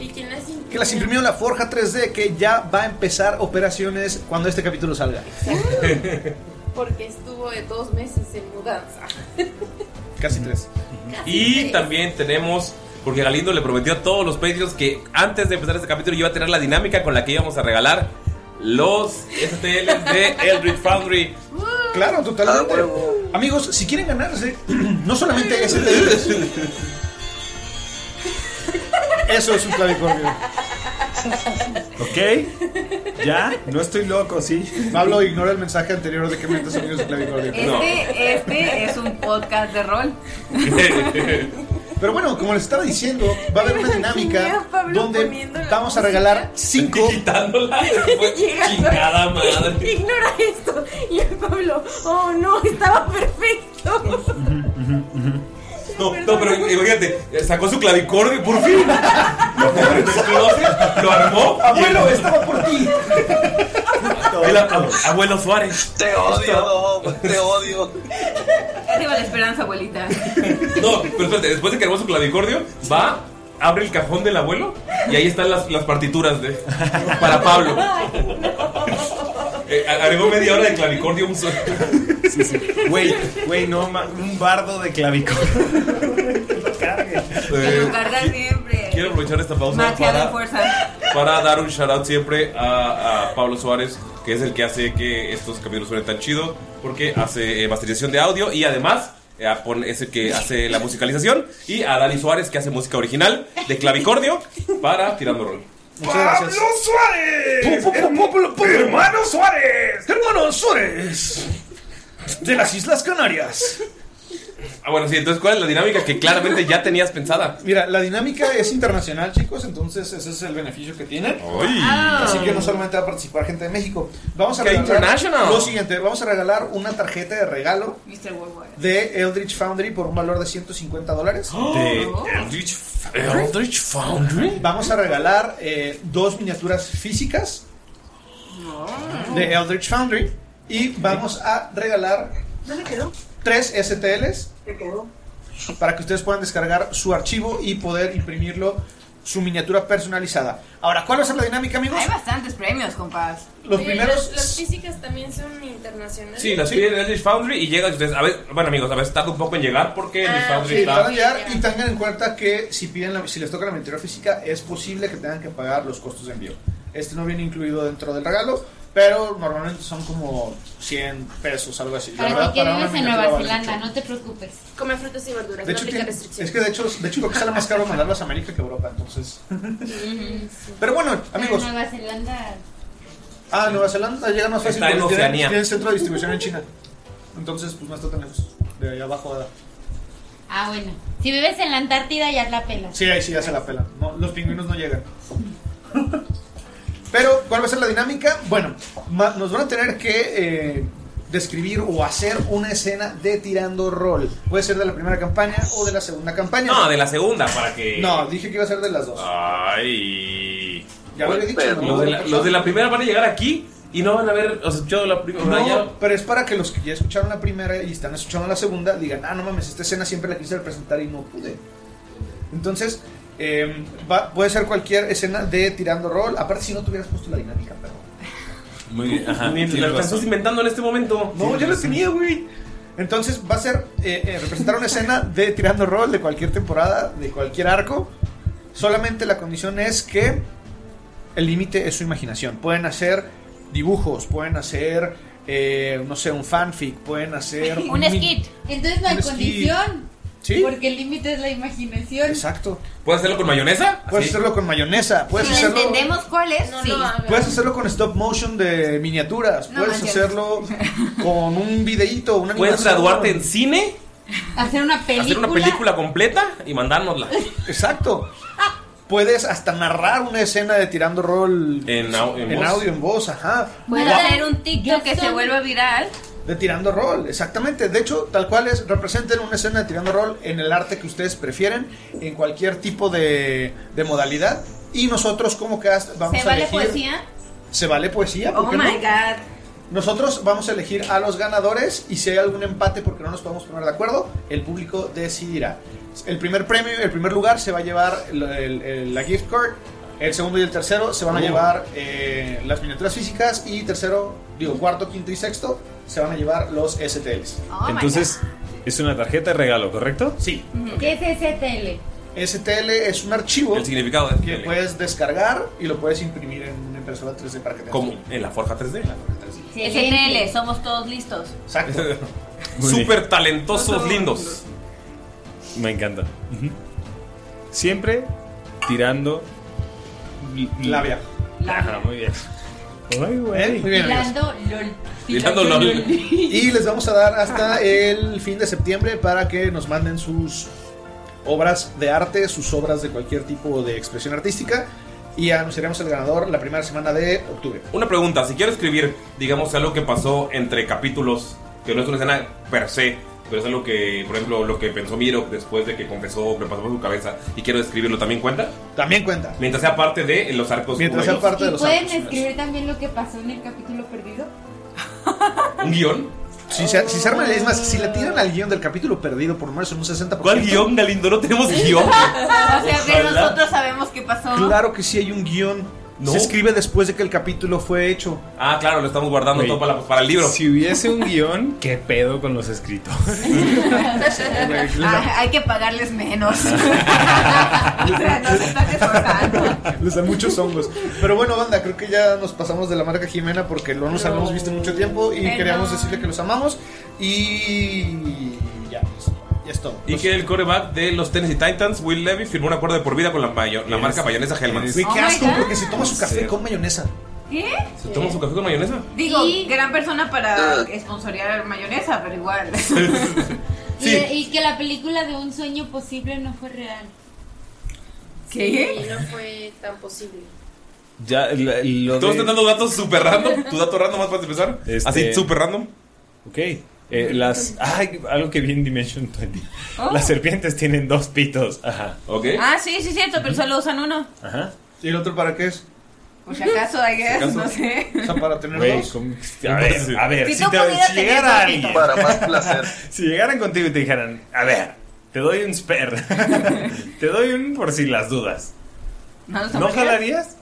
Speaker 6: ¿Y quién las
Speaker 3: Que las imprimió la Forja 3D que ya va a empezar operaciones cuando este capítulo salga.
Speaker 6: Porque estuvo de dos meses en mudanza.
Speaker 3: Casi tres.
Speaker 1: Y también tenemos, porque Galindo le prometió a todos los Patreons que antes de empezar este capítulo iba a tener la dinámica con la que íbamos a regalar los STLs de Eldritch Foundry.
Speaker 3: Claro,
Speaker 6: Ah,
Speaker 3: totalmente. Amigos, si quieren ganarse, no solamente ese Eso es un clavicordio.
Speaker 5: ¿Ok? ¿Ya? No estoy loco, sí.
Speaker 3: Pablo ignora el mensaje anterior de que metes sonidos de clavicordio.
Speaker 7: Este, este es un podcast de rol.
Speaker 3: Pero bueno, como les estaba diciendo, va a haber una
Speaker 6: imaginé
Speaker 3: dinámica
Speaker 6: a Pablo
Speaker 3: donde
Speaker 6: poniendo la
Speaker 3: vamos a
Speaker 6: música.
Speaker 3: regalar cinco.
Speaker 1: Quitándola. fue
Speaker 6: Llegando.
Speaker 1: Chingada madre.
Speaker 6: Ignora esto. Y el Pablo, oh no, estaba perfecto.
Speaker 1: No, no, pero imagínate, sacó su clavicordio y por fin. Lo puso en su closet, lo armó. y-
Speaker 3: Abuelo, estaba por ti.
Speaker 1: el ab- abuelo Suárez.
Speaker 2: Te odio, te odio.
Speaker 7: Arriba Este la esperanza, abuelita.
Speaker 1: No, pero espérate, después de que armó su clavicordio, va, abre el cajón del abuelo y ahí están las, las partituras de para Pablo. Eh, agregó media hora de clavicordio un solo.
Speaker 5: Güey, güey, no, ma- un bardo de clavicordio.
Speaker 7: Que lo
Speaker 1: Eh,
Speaker 7: carga siempre.
Speaker 1: quiero aprovechar esta pausa
Speaker 7: Maciado en
Speaker 1: para,
Speaker 7: fuerza.
Speaker 1: para dar un shout out siempre a, a Pablo Suárez, que es el que hace que estos caminos suenen tan chido, porque hace eh, masterización de audio y además eh, a Pon- es el que hace la musicalización, y a Dani Suárez, que hace música original de clavicordio para Tirando Rol.
Speaker 3: Muchas gracias.
Speaker 5: Suárez!
Speaker 3: ¡Hermano Suárez! ¡Hermano Suárez! De las Islas Canarias.
Speaker 1: Ah, bueno, sí, entonces, ¿cuál es la dinámica que claramente ya tenías pensada?
Speaker 3: Mira, la dinámica es internacional, chicos, entonces ese es el beneficio que tiene.
Speaker 1: ¡Ay!
Speaker 3: Así que no solamente va a participar gente de México. Vamos a
Speaker 1: ¡Qué
Speaker 3: regalar
Speaker 1: international!
Speaker 3: lo siguiente, vamos a regalar una tarjeta de regalo
Speaker 7: Mr. Worldwide.
Speaker 3: de Eldritch Foundry por un valor de 150 dólares.
Speaker 5: De
Speaker 7: Oh.
Speaker 5: Eldritch Fa-
Speaker 1: ¿Eldritch Foundry?
Speaker 3: Vamos a regalar eh, dos miniaturas físicas de Eldritch Foundry y vamos a regalar tres STLs para que ustedes puedan descargar su archivo y poder imprimirlo su miniatura personalizada. Ahora, ¿cuál va a ser la dinámica, amigos?
Speaker 7: Hay bastantes premios, compás.
Speaker 3: Los
Speaker 6: Oye,
Speaker 3: primeros
Speaker 6: Las, las físicas también son internacionales.
Speaker 1: Sí, las piden en Eldritch Foundry y llegan ustedes. A ver, bueno, amigos, a ver, tarda un poco en llegar porque Eldritch
Speaker 6: Ah,
Speaker 1: Foundry
Speaker 3: Sí,
Speaker 1: está.
Speaker 3: van a llegar y tengan en cuenta que si piden la- si les toca la miniatura física es posible que tengan que pagar los costos de envío. Este no viene incluido dentro del regalo, pero normalmente son como 100 pesos, algo así. La
Speaker 4: Para
Speaker 3: verdad,
Speaker 4: ti que
Speaker 3: para una
Speaker 4: vives en
Speaker 3: miniatura
Speaker 4: Nueva
Speaker 3: vale
Speaker 4: Zelanda,
Speaker 3: mucho.
Speaker 4: no te preocupes.
Speaker 6: Come frutas y verduras.
Speaker 3: De
Speaker 6: no
Speaker 3: hecho,
Speaker 6: aplica
Speaker 3: tiene-
Speaker 6: restricción.
Speaker 3: es que de hecho, de hecho creo que sale más caro mandarlas a América que a Europa, entonces. Pero bueno, amigos,
Speaker 4: Nueva Zelanda.
Speaker 3: a ah, Nueva Zelanda llega más fácil
Speaker 1: Está en
Speaker 3: porque tienen,
Speaker 1: Oceanía.
Speaker 3: tienen centro de distribución en China. Entonces, pues no está tan lejos. De ahí abajo. a-
Speaker 4: Ah, bueno. Si vives en la Antártida, ya la pelas.
Speaker 3: Sí, ahí sí ya se la pelan. No, los pingüinos no llegan. Pero, ¿cuál va a ser la dinámica? Bueno, ma- nos van a tener que eh, describir o hacer una escena de tirando rol. Puede ser de la primera campaña o de la segunda campaña.
Speaker 1: No, de la segunda, para que. Ah,
Speaker 3: No, dije que iba a ser de las dos.
Speaker 1: Ay.
Speaker 3: Ya lo había dicho,
Speaker 1: Pero
Speaker 3: ¿no?
Speaker 1: Los de, la, los de la primera van a llegar aquí y no van a haber escuchado la primera.
Speaker 3: No, pero es para que los que ya escucharon la primera y están escuchando la segunda digan, ah, no mames, esta escena siempre la quise representar y no pude. Entonces, eh, va- puede ser cualquier escena de tirando rol. Aparte, si no tuvieras puesto la dinámica, pero.
Speaker 1: Muy bien. Ajá,
Speaker 3: Ni
Speaker 1: tienes
Speaker 3: la
Speaker 1: razón.
Speaker 3: alcanzas
Speaker 1: inventando en este momento.
Speaker 3: No, ya la tenía, güey. Entonces, va a ser eh, eh, representar una escena de tirando rol de cualquier temporada, de cualquier arco. Solamente la condición es que el límite es su imaginación. Pueden hacer dibujos, pueden hacer, eh, no sé, un fanfic, pueden hacer
Speaker 4: Un skit. Entonces no hay
Speaker 3: Un skit.
Speaker 4: condición.
Speaker 3: Sí.
Speaker 4: Porque el límite es la imaginación.
Speaker 3: Exacto.
Speaker 1: ¿Puedes hacerlo con mayonesa?
Speaker 3: Puedes hacerlo con mayonesa, puedes
Speaker 4: Si lo
Speaker 3: hacerlo.
Speaker 4: entendemos
Speaker 7: cuál es,
Speaker 4: sí.
Speaker 3: Puedes hacerlo con stop motion de miniaturas,
Speaker 4: No
Speaker 3: puedes
Speaker 4: manches.
Speaker 3: hacerlo con un videíto, una
Speaker 1: Puedes
Speaker 3: animación.
Speaker 1: graduarte en cine,
Speaker 4: Hacer una película.
Speaker 1: hacer una película completa y mandárnosla.
Speaker 3: Exacto. Puedes hasta narrar una escena de tirando rol
Speaker 1: En au- en voz.
Speaker 3: audio, en voz, ajá.
Speaker 7: Puede
Speaker 3: Guau.
Speaker 7: hacer un TikTok que se vuelva viral.
Speaker 3: De tirando rol, exactamente. De hecho, tal cual es, representen una escena de tirando rol en el arte que ustedes prefieren, en cualquier tipo de, de modalidad. Y nosotros como cast vamos
Speaker 7: ¿Se
Speaker 3: a
Speaker 7: vale
Speaker 3: elegir...
Speaker 7: poesía?
Speaker 3: ¿Se vale poesía? ¿Por
Speaker 7: Oh
Speaker 3: qué no?
Speaker 7: my god.
Speaker 3: Nosotros vamos a elegir a los ganadores y si hay algún empate porque no nos podemos poner de acuerdo, el público decidirá. El primer premio, el primer lugar se va a llevar el- el- el- la gift card, el segundo y el tercero se van
Speaker 5: Uh.
Speaker 3: a
Speaker 1: Oh.
Speaker 3: llevar eh, las miniaturas físicas y tercero, digo, cuarto, quinto y sexto se van a llevar los STLs.
Speaker 4: Oh my
Speaker 5: Entonces, es una tarjeta de regalo, ¿correcto?
Speaker 3: Sí.
Speaker 4: God. ¿Qué es STL?
Speaker 3: STL es un archivo
Speaker 1: El significado de
Speaker 3: que puedes descargar y lo puedes imprimir en una impresora 3D para que te
Speaker 1: Como en la Forja 3D.
Speaker 7: STL, somos todos listos.
Speaker 3: Exacto.
Speaker 1: Súper talentosos, lindos.
Speaker 5: Me encanta. Ujú. Siempre tirando
Speaker 3: labia.
Speaker 5: Ajá, muy bien. Ay, güey.
Speaker 3: Muy bien, amigos.
Speaker 4: Hilando LOL.
Speaker 5: Hilando LOL.
Speaker 3: Y les vamos a dar hasta el fin de septiembre para que nos manden sus obras de arte, sus obras de cualquier tipo de expresión artística. Y anunciaremos el ganador la primera semana de octubre.
Speaker 1: Una pregunta, si quiero escribir, digamos, algo que pasó entre capítulos, que no es una escena per se, pero es algo que, por ejemplo, lo que pensó Miro después de que confesó, que pasó por su cabeza, y quiero escribirlo, ¿también cuenta?
Speaker 3: También cuenta.
Speaker 1: Mientras sea parte de los arcos.
Speaker 3: Mientras sea
Speaker 1: juvenil.
Speaker 3: parte de
Speaker 4: ¿Y
Speaker 3: los
Speaker 4: pueden
Speaker 3: arcos.
Speaker 4: escribir también lo que pasó en el capítulo perdido?
Speaker 1: ¿Un guión?
Speaker 3: Si se, si se arma, es más, si le tiran al guión del capítulo perdido por menos en un 60%.
Speaker 1: ¿Cuál guión, Galindo? No tenemos guión.
Speaker 7: o sea, pero
Speaker 3: Ojalá.
Speaker 7: nosotros sabemos qué pasó.
Speaker 3: Claro que sí hay un guión.
Speaker 1: No.
Speaker 3: Se escribe después de que el capítulo fue hecho.
Speaker 1: Ah, claro, lo estamos guardando todo para, la- para el libro.
Speaker 5: Si hubiese un guión, ¿qué pedo con los escritos?
Speaker 7: Ah, hay que pagarles menos. O sea, no se está esforzando.
Speaker 3: Les dan muchos hongos. Pero bueno, banda, creo que ya nos pasamos de la marca Jimena porque no nos habíamos visto en mucho tiempo y
Speaker 7: Perdón.
Speaker 3: queríamos decirle que los amamos. Y ya, pues, ya es todo.
Speaker 1: Y que el coreback de los Tennessee Titans, Will Levy, firmó un acuerdo de por vida con la, mayo- la marca mayonesa Hellman.
Speaker 3: Güey,
Speaker 5: Oh
Speaker 3: qué asco, porque se toma su café con mayonesa.
Speaker 7: ¿Qué?
Speaker 1: ¿Se toma su café con mayonesa?
Speaker 7: Digo, gran persona para esponsorear mayonesa, pero igual.
Speaker 4: Y- Y, que la película de un sueño posible no fue real.
Speaker 6: Sí, no fue tan posible.
Speaker 5: Ya, la- lo
Speaker 1: Todos
Speaker 5: de-
Speaker 1: están dando datos súper random. Tu dato random más para empezar.
Speaker 5: Este-
Speaker 1: Así, súper random.
Speaker 5: Ok. eh, las. Ay, algo que vi en Dimension 20.
Speaker 7: Oh.
Speaker 5: Las serpientes tienen dos pitos. Ajá.
Speaker 1: Ok.
Speaker 7: Ah, sí, sí, cierto, pero solo usan uno.
Speaker 5: Ajá.
Speaker 3: ¿Y el otro para qué es?
Speaker 7: Por si acaso, I guess,
Speaker 5: Si acaso.
Speaker 7: no sé.
Speaker 3: O sea, para tener
Speaker 5: Güey,
Speaker 3: dos.
Speaker 5: ¿cómo- a ver, a ver,
Speaker 7: Si
Speaker 5: si,
Speaker 7: tú
Speaker 5: te-
Speaker 7: pudieras
Speaker 5: si
Speaker 7: tener
Speaker 5: llegara
Speaker 7: dos
Speaker 5: alguien.
Speaker 7: pitos. Para
Speaker 5: más placer. si llegaran contigo y te dijeran, a ver, te doy un spare. te doy un por si las dudas.
Speaker 7: ¿No, los
Speaker 5: ¿No
Speaker 7: hombres?
Speaker 5: jalarías?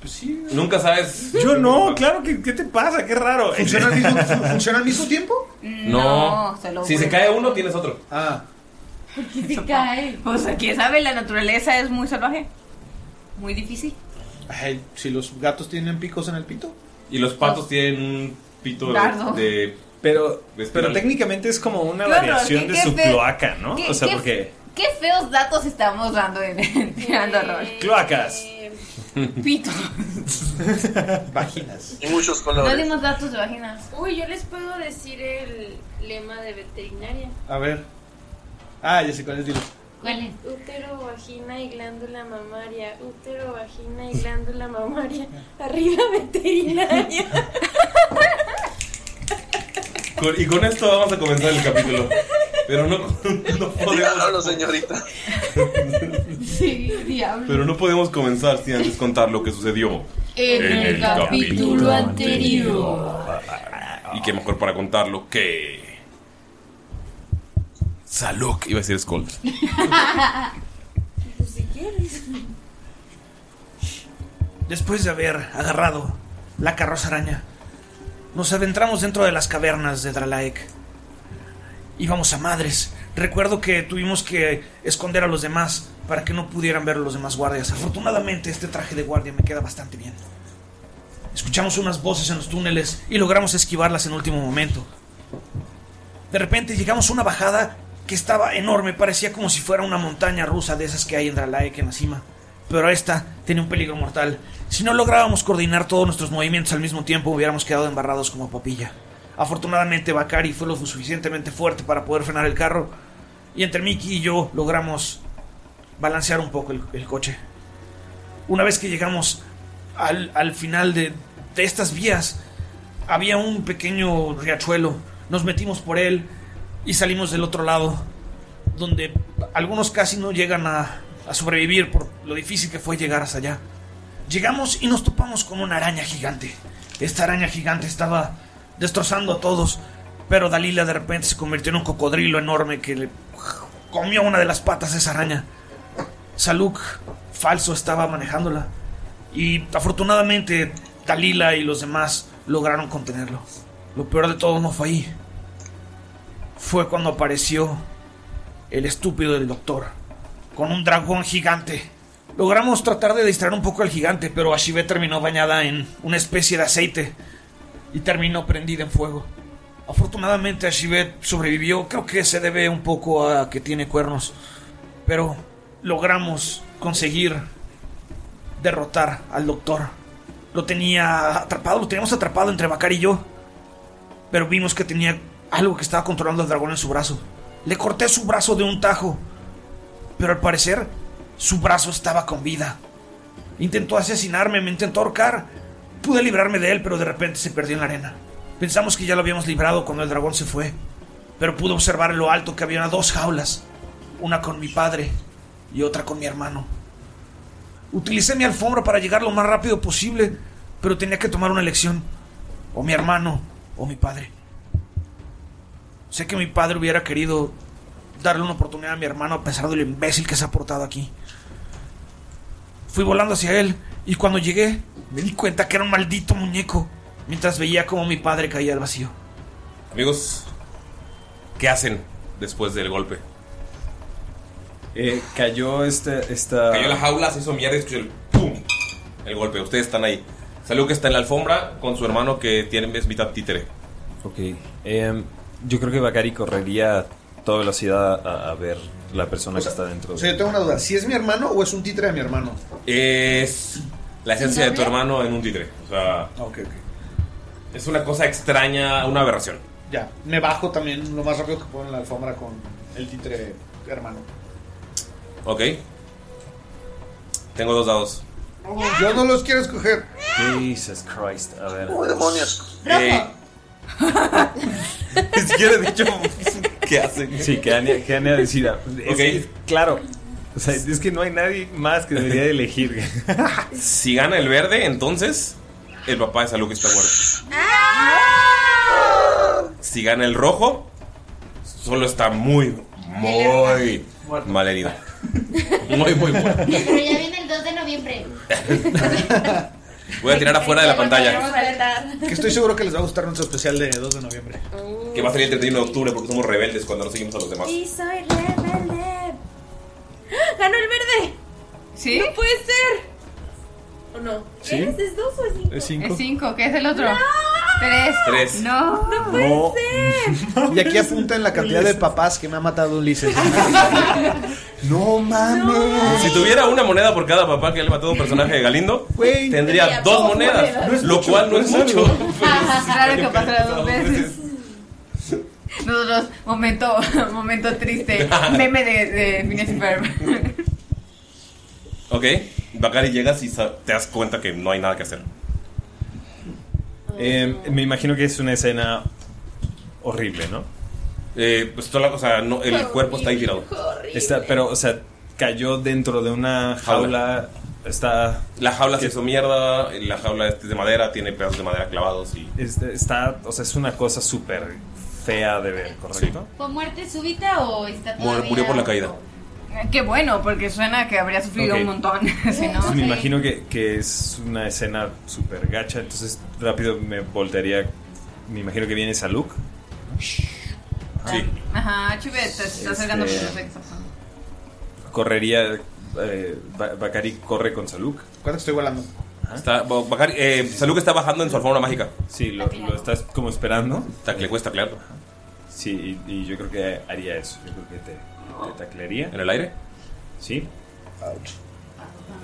Speaker 5: Pues sí.
Speaker 1: Nunca sabes.
Speaker 5: Yo no, claro, que ¿qué te pasa? Qué raro.
Speaker 3: ¿Funciona al mismo, fu- funciona al mismo tiempo?
Speaker 7: No, se lo
Speaker 1: Si se
Speaker 7: juro.
Speaker 1: cae uno, tienes otro.
Speaker 3: Ah.
Speaker 7: Se cae. Pues quién sabe, la naturaleza es muy salvaje. Muy difícil.
Speaker 3: Ay, si los gatos tienen picos en el pito.
Speaker 1: Y los patos tienen un pito
Speaker 7: Dardo.
Speaker 1: de.
Speaker 5: Pero,
Speaker 1: pero
Speaker 5: técnicamente es como una
Speaker 7: Qué horror,
Speaker 5: variación
Speaker 7: qué-
Speaker 5: de
Speaker 7: qué
Speaker 5: su
Speaker 7: fe-
Speaker 5: cloaca, ¿no?
Speaker 7: qué-
Speaker 5: O sea,
Speaker 7: qué-
Speaker 5: porque.
Speaker 7: Qué feos datos estamos dando en, en tirando rol.
Speaker 5: Cloacas.
Speaker 7: Pito.
Speaker 3: Vaginas.
Speaker 2: Y muchos
Speaker 7: No
Speaker 2: colores.
Speaker 7: dimos datos de vaginas.
Speaker 6: Uy, yo les puedo decir el lema de veterinaria.
Speaker 3: A ver. Ah, ya sé cuál es, dilo.
Speaker 4: ¿Cuál es?
Speaker 6: Útero, vagina y glándula mamaria. Útero, vagina y glándula mamaria. Arriba veterinaria.
Speaker 1: Con- y con esto vamos a comenzar el capítulo. Pero no, no podemos.
Speaker 2: señorita.
Speaker 4: Sí, diablo.
Speaker 1: Pero no podemos comenzar sin antes contar lo que sucedió
Speaker 4: En el capítulo anterior.
Speaker 1: Y qué mejor para contarlo que. Saluk, iba a decir Skull.
Speaker 6: Pues si quieres.
Speaker 9: Después de haber agarrado la carroza araña, nos adentramos dentro de las cavernas de Dralaek. Íbamos a madres. Recuerdo que tuvimos que esconder a los demás para que no pudieran ver los demás guardias. Afortunadamente este traje de guardia me queda bastante bien. Escuchamos unas voces en los túneles y logramos esquivarlas en último momento. De repente llegamos a una bajada que estaba enorme, parecía como si fuera una montaña rusa de esas que hay en Dralaek en la cima. Pero esta tenía un peligro mortal. Si no lográbamos coordinar todos nuestros movimientos al mismo tiempo, hubiéramos quedado embarrados como papilla. Afortunadamente, Bakari fue lo suficientemente fuerte para poder frenar el carro. Y entre Mickey y yo logramos balancear un poco el, el coche. Una vez que llegamos al, al final de, de estas vías, había un pequeño riachuelo. Nos metimos por él y salimos del otro lado, donde algunos casi no llegan a, a sobrevivir por lo difícil que fue llegar hasta allá. Llegamos y nos topamos con una araña gigante. Esta araña gigante estaba destrozando a todos, pero Dalila de repente se convirtió en un cocodrilo enorme que le comió una de las patas de esa araña. Saluk, falso, estaba manejándola. Y afortunadamente Dalila y los demás lograron contenerlo. Lo peor de todo no fue ahí. Fue cuando apareció el estúpido del doctor con un dragón gigante. Logramos tratar de distraer un poco al gigante, pero Ashibe terminó bañada en una especie de aceite y terminó prendida en fuego. Afortunadamente Ashibe sobrevivió, creo que se debe un poco a que tiene cuernos, pero logramos conseguir derrotar al doctor. Lo tenía atrapado, lo teníamos atrapado entre Bakar y yo. Pero vimos que tenía algo que estaba controlando al dragón en su brazo. Le corté su brazo de un tajo. Pero al parecer, su brazo estaba con vida. Intentó asesinarme, me intentó ahorcar. Pude librarme de él, pero de repente se perdió en la arena. Pensamos que ya lo habíamos librado cuando el dragón se fue. Pero pude observar en lo alto que había dos jaulas. Una con mi padre y otra con mi hermano. Utilicé mi alfombra para llegar lo más rápido posible, pero tenía que tomar una elección. O mi hermano o mi padre. Sé que mi padre hubiera querido darle una oportunidad a mi hermano a pesar de lo imbécil que se ha portado aquí. Fui volando hacia él y cuando llegué me di cuenta que era un maldito muñeco mientras veía como mi padre caía al vacío.
Speaker 1: Amigos, ¿qué hacen después del golpe?
Speaker 5: Eh, cayó esta, esta.
Speaker 1: Cayó la jaula, se hizo mierda y escuchó el ¡pum! El golpe. Ustedes están ahí. Salud que está en la alfombra con su hermano que tiene es mitad títere.
Speaker 5: Ok. em, yo creo que Bakari correría a toda velocidad a, a ver la persona que está dentro.
Speaker 3: O sea, yo tengo una duda. ¿Si es mi hermano o es un títere de mi hermano?
Speaker 1: Es la esencia de tu hermano en un títere. O sea, es una cosa
Speaker 5: Ah,
Speaker 1: extraña, una aberración.
Speaker 3: Ya, me bajo también lo más rápido que puedo en la alfombra con el títere hermano.
Speaker 1: Ok. Tengo dos dados.
Speaker 3: Yo no los quiero escoger.
Speaker 5: Jesus Christ, a ver.
Speaker 3: Oh, demonios.
Speaker 1: Eh,
Speaker 5: Ni siquiera he dicho qué hacen. Sí, que Ania, que Ania decida. Es que, claro. O sea, es que no hay nadie más que debería de elegir.
Speaker 1: si gana el verde, entonces el papá de Salud que está muerto.
Speaker 8: ¡Ah!
Speaker 1: Si gana el rojo, solo está muy, muy mal herido. Muy, muy muerto.
Speaker 4: Pero ya viene el 2 de noviembre.
Speaker 1: Voy a tirar afuera de la pantalla.
Speaker 3: Que estoy seguro que les va a gustar nuestro especial de 2 de noviembre.
Speaker 1: Que va a salir el 31 de octubre porque somos rebeldes cuando no seguimos a los demás.
Speaker 6: Y soy rebelde. ¡Ah! ¡Ganó el verde! ¿Sí? ¡No puede ser! ¿O no?
Speaker 5: ¿Sí?
Speaker 6: ¿Es, ¿Es dos o es cinco?
Speaker 5: Es
Speaker 8: Es
Speaker 6: 5,
Speaker 8: ¿qué es el otro?
Speaker 6: ¡No!
Speaker 8: Tres.
Speaker 1: Tres.
Speaker 8: No.
Speaker 6: ¡No puede
Speaker 3: No.
Speaker 6: ser!
Speaker 3: Y aquí apuntan la cantidad de papás que me ha matado Ulises.
Speaker 5: No mames.
Speaker 1: Si tuviera una moneda por cada papá que le mató a un personaje de Galindo,
Speaker 3: Güey.
Speaker 1: tendría
Speaker 8: Tendría
Speaker 1: dos
Speaker 8: dos
Speaker 1: monedas,
Speaker 8: monedas. No es
Speaker 1: lo
Speaker 8: mucho,
Speaker 1: cual no es
Speaker 8: pero es
Speaker 1: mucho.
Speaker 8: Claro que pasará dos veces. Nosotros, momento, momento triste. Meme de, de Phineas y Ferb.
Speaker 1: Ok, Bakari llegas y sa- te das cuenta que no hay nada que hacer.
Speaker 5: Em, me imagino que es una escena horrible, ¿no?
Speaker 1: Eh, pues toda la, o sea, no, el cuerpo está ahí tirado.
Speaker 5: Está, pero, o sea, cayó dentro de una jaula. Está.
Speaker 1: La jaula se hizo mierda, la jaula es de madera, tiene pedazos de madera clavados y...
Speaker 5: Este, está, o sea, es una cosa súper fea de ver, ¿correcto?
Speaker 4: ¿Fue muerte súbita o está
Speaker 5: Mur-
Speaker 4: todavía?
Speaker 5: murió por la caída.
Speaker 8: Qué bueno, porque suena que habría sufrido
Speaker 5: Ok.
Speaker 8: un montón. si no.
Speaker 5: Entonces me imagino que, que es una escena súper gacha, entonces rápido me voltearía. Me imagino que viene Saluk. Sí.
Speaker 8: Ajá, Chubet, te está acercando
Speaker 5: Este-
Speaker 8: perfecto.
Speaker 5: Correría. eh, Ba- Bakari corre con Saluk.
Speaker 3: ¿Cuánto estoy volando?
Speaker 1: Está, bo- bajar, eh, Saluk está bajando en su alfombra mágica.
Speaker 5: Sí, lo, lo estás como esperando. Tacleo, está claro. Sí, y, y yo creo que haría eso. Yo creo que te, te taclearía.
Speaker 1: ¿En el aire?
Speaker 5: Sí.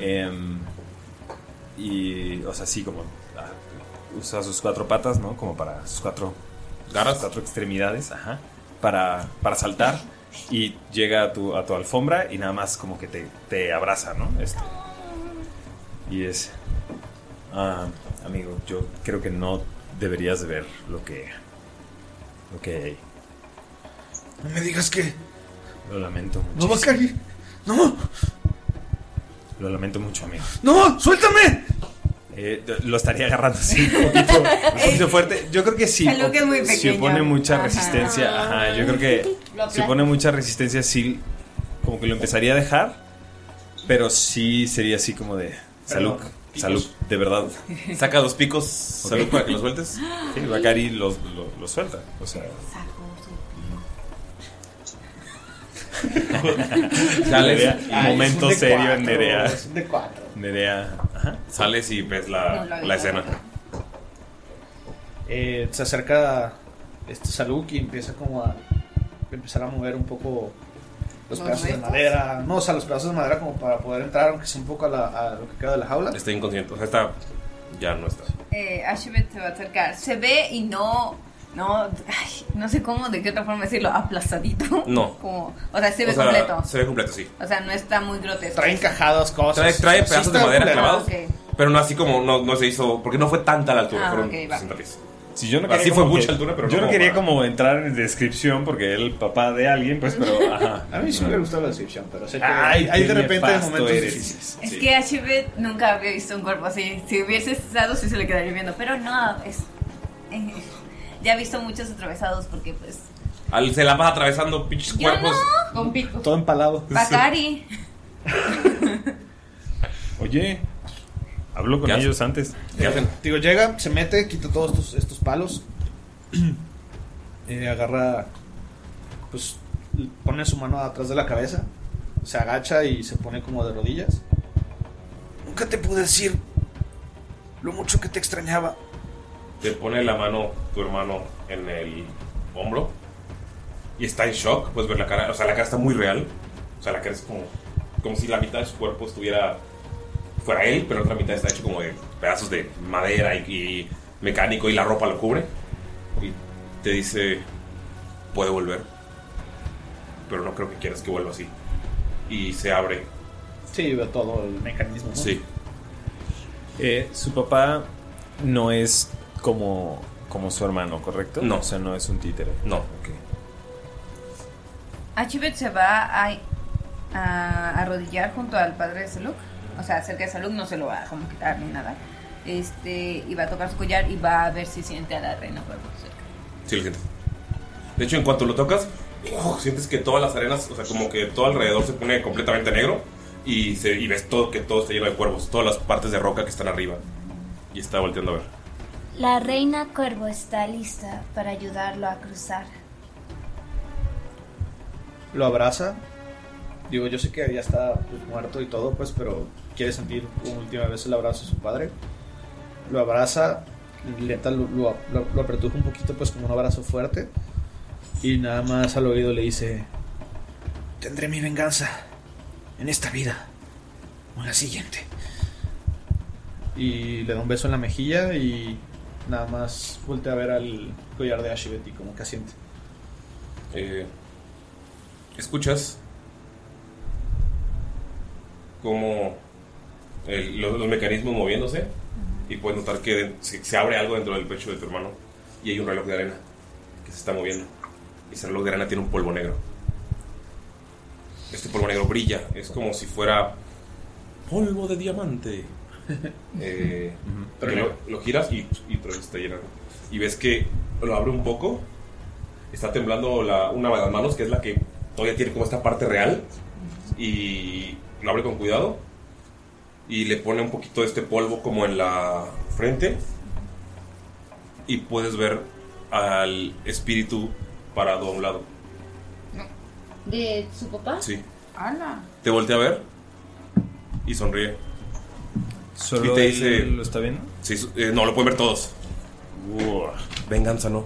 Speaker 5: Em, y, o sea, sí, como ah, usa sus cuatro patas, ¿no? Como para sus cuatro garras, cuatro extremidades, ajá, para, para saltar. Y llega a tu, a tu alfombra y nada más como que te, te abraza, ¿no? Este, y es. "Ah, amigo, yo creo que no deberías de ver lo que. Lo que hay.
Speaker 9: No me digas que.
Speaker 5: Lo lamento mucho.
Speaker 9: No va a caer. No,
Speaker 5: Lo lamento mucho, amigo.
Speaker 9: no, suéltame.
Speaker 5: Eh, lo estaría agarrando así un poquito, un poquito fuerte. Yo creo que sí.
Speaker 8: Salud que es muy
Speaker 5: Si
Speaker 8: pequeño.
Speaker 5: opone mucha
Speaker 8: Ajá.
Speaker 5: resistencia, ajá, yo creo que
Speaker 8: Lo aplasta.
Speaker 5: si opone mucha resistencia, sí, como que lo empezaría a dejar, pero sí sería así como de salud,
Speaker 1: Perdón, picos.
Speaker 5: salud, de verdad.
Speaker 1: Saca dos picos, Saluk, para que los sueltes.
Speaker 5: Sí, Bakari los, los- los suelta, o sea.
Speaker 1: Sales.
Speaker 5: Nerea,
Speaker 1: Ay,
Speaker 5: momento
Speaker 1: es un D4,
Speaker 5: serio en Nerea.
Speaker 1: es
Speaker 3: un D4.
Speaker 5: Nerea, ajá.
Speaker 1: Sales y ves la,
Speaker 3: No, la
Speaker 1: la escena.
Speaker 3: Eh, se acerca este Saluk y empieza como a empezar a mover un poco los
Speaker 9: ¿Los
Speaker 3: pedazos de
Speaker 9: restos?
Speaker 3: madera. No, o sea, los pedazos de madera como para poder entrar, aunque sea un poco a, la- a lo que queda de la jaula.
Speaker 1: Está inconsciente. O sea, está. Ya no está.
Speaker 8: Eh, Ashibet se va a acercar. Se ve y no. No, ay, no sé cómo, de qué otra forma decirlo, aplastadito.
Speaker 1: No.
Speaker 8: Como, o sea, se ve
Speaker 1: O sea,
Speaker 8: completo.
Speaker 1: Se ve completo, sí.
Speaker 8: O sea, no está muy grotesco.
Speaker 3: Trae encajadas cosas.
Speaker 1: Trae, trae pedazos de madera clavados.
Speaker 8: Ah, ok.
Speaker 1: Pero no así como. No, no se hizo. Porque no fue tanta la altura.
Speaker 8: Ah,
Speaker 1: fueron
Speaker 8: ok, va.
Speaker 1: 60 pies.
Speaker 5: Si yo no quería
Speaker 1: así fue
Speaker 5: como
Speaker 1: mucha
Speaker 5: que-
Speaker 1: altura, pero
Speaker 5: yo no,
Speaker 1: como
Speaker 5: quería
Speaker 1: para-
Speaker 5: como entrar en descripción porque el papá de alguien, pues, pero ajá.
Speaker 3: A mí sí me
Speaker 5: No.
Speaker 3: hubiera gustado la descripción, pero sé que
Speaker 5: Ay,
Speaker 3: hay
Speaker 5: qué
Speaker 3: de repente
Speaker 5: nefasto
Speaker 3: momentos
Speaker 5: eres.
Speaker 3: difíciles.
Speaker 8: Es que Ashibet nunca había visto un cuerpo así. Si hubiese estado, sí se le quedaría viendo. Pero no, es. eh, ya he visto muchos atravesados porque, pues.
Speaker 1: Al, se la vas atravesando pinches
Speaker 8: Yo
Speaker 1: cuerpos.
Speaker 8: no. Con pico.
Speaker 3: Todo empalado.
Speaker 8: Bakari.
Speaker 5: Oye, habló con ellos antes.
Speaker 1: ¿Qué hacen?
Speaker 3: Eh, Digo, llega, se mete, quita todos estos, estos palos. eh, agarra. Pues pone su mano atrás de la cabeza. Se agacha y se pone como de rodillas.
Speaker 9: Nunca te pude decir lo mucho que te extrañaba.
Speaker 1: Te pone la mano tu hermano en el hombro. Y está en shock. Puedes ver la cara. O sea, la cara está muy real. O sea, la cara es como. Como si la mitad de su cuerpo estuviera. Fuera él, pero la otra mitad está hecho como de pedazos de madera y, y mecánico y la ropa lo cubre. Y te dice. Puede volver. Pero no creo que quieras que vuelva así. Y se abre.
Speaker 3: Sí, ve todo el mecanismo. ¿no?
Speaker 1: Sí.
Speaker 5: Eh, su papá no es como, como su hermano, ¿correcto?
Speaker 1: No.
Speaker 5: O sea, no es un títere.
Speaker 1: No.
Speaker 8: Achibet se va a, a arrodillar junto al padre de Saluk. O sea, cerca de Saluk no se lo va a como quitar ni nada. Este, y va a tocar su collar y va a ver si siente a la reina por cerca.
Speaker 1: Sí, lo sientes. De hecho, en cuanto lo tocas, ¡uf! sientes que todas las arenas, o sea, como que todo alrededor se pone completamente negro y, se, y ves todo que todo está lleno de cuervos, todas las partes de roca que están arriba. Y está volteando a ver.
Speaker 10: La reina cuervo está lista para ayudarlo a cruzar.
Speaker 3: Lo abraza. Digo, yo sé que ya está pues, muerto y todo, pues, pero quiere sentir una última vez el abrazo de su padre. Lo abraza, Leta lo, lo, lo- lo apretuja un poquito, pues, como un abrazo fuerte. Y nada más al oído le dice:
Speaker 9: Tendré mi venganza en esta vida o en la siguiente.
Speaker 3: Y le da un beso en la mejilla y nada más voltea a ver al collar de Ashibet y como que asiente.
Speaker 1: Eh, Escuchas como el- los, los mecanismos moviéndose y puedes notar que de- se, se abre algo dentro del pecho de tu hermano y hay un reloj de arena que que se está moviendo. Y ese reloj de arena tiene un polvo negro. Este polvo negro brilla, es como si fuera polvo de diamante. Eh, pero lo, lo giras y, y otra vez está llenando. Y ves que lo abre un poco. Está temblando la- una de las manos, que es la que todavía tiene como esta parte real. Y lo abre con cuidado. Y le pone un poquito de este polvo como en la frente. Y puedes ver al espíritu parado a un lado.
Speaker 4: ¿De su papá?
Speaker 1: Sí.
Speaker 4: Ala.
Speaker 1: Te voltea a ver y sonríe.
Speaker 5: ¿Solo él lo está viendo?
Speaker 1: Sí, su- eh, no, lo pueden ver todos. Venganza no.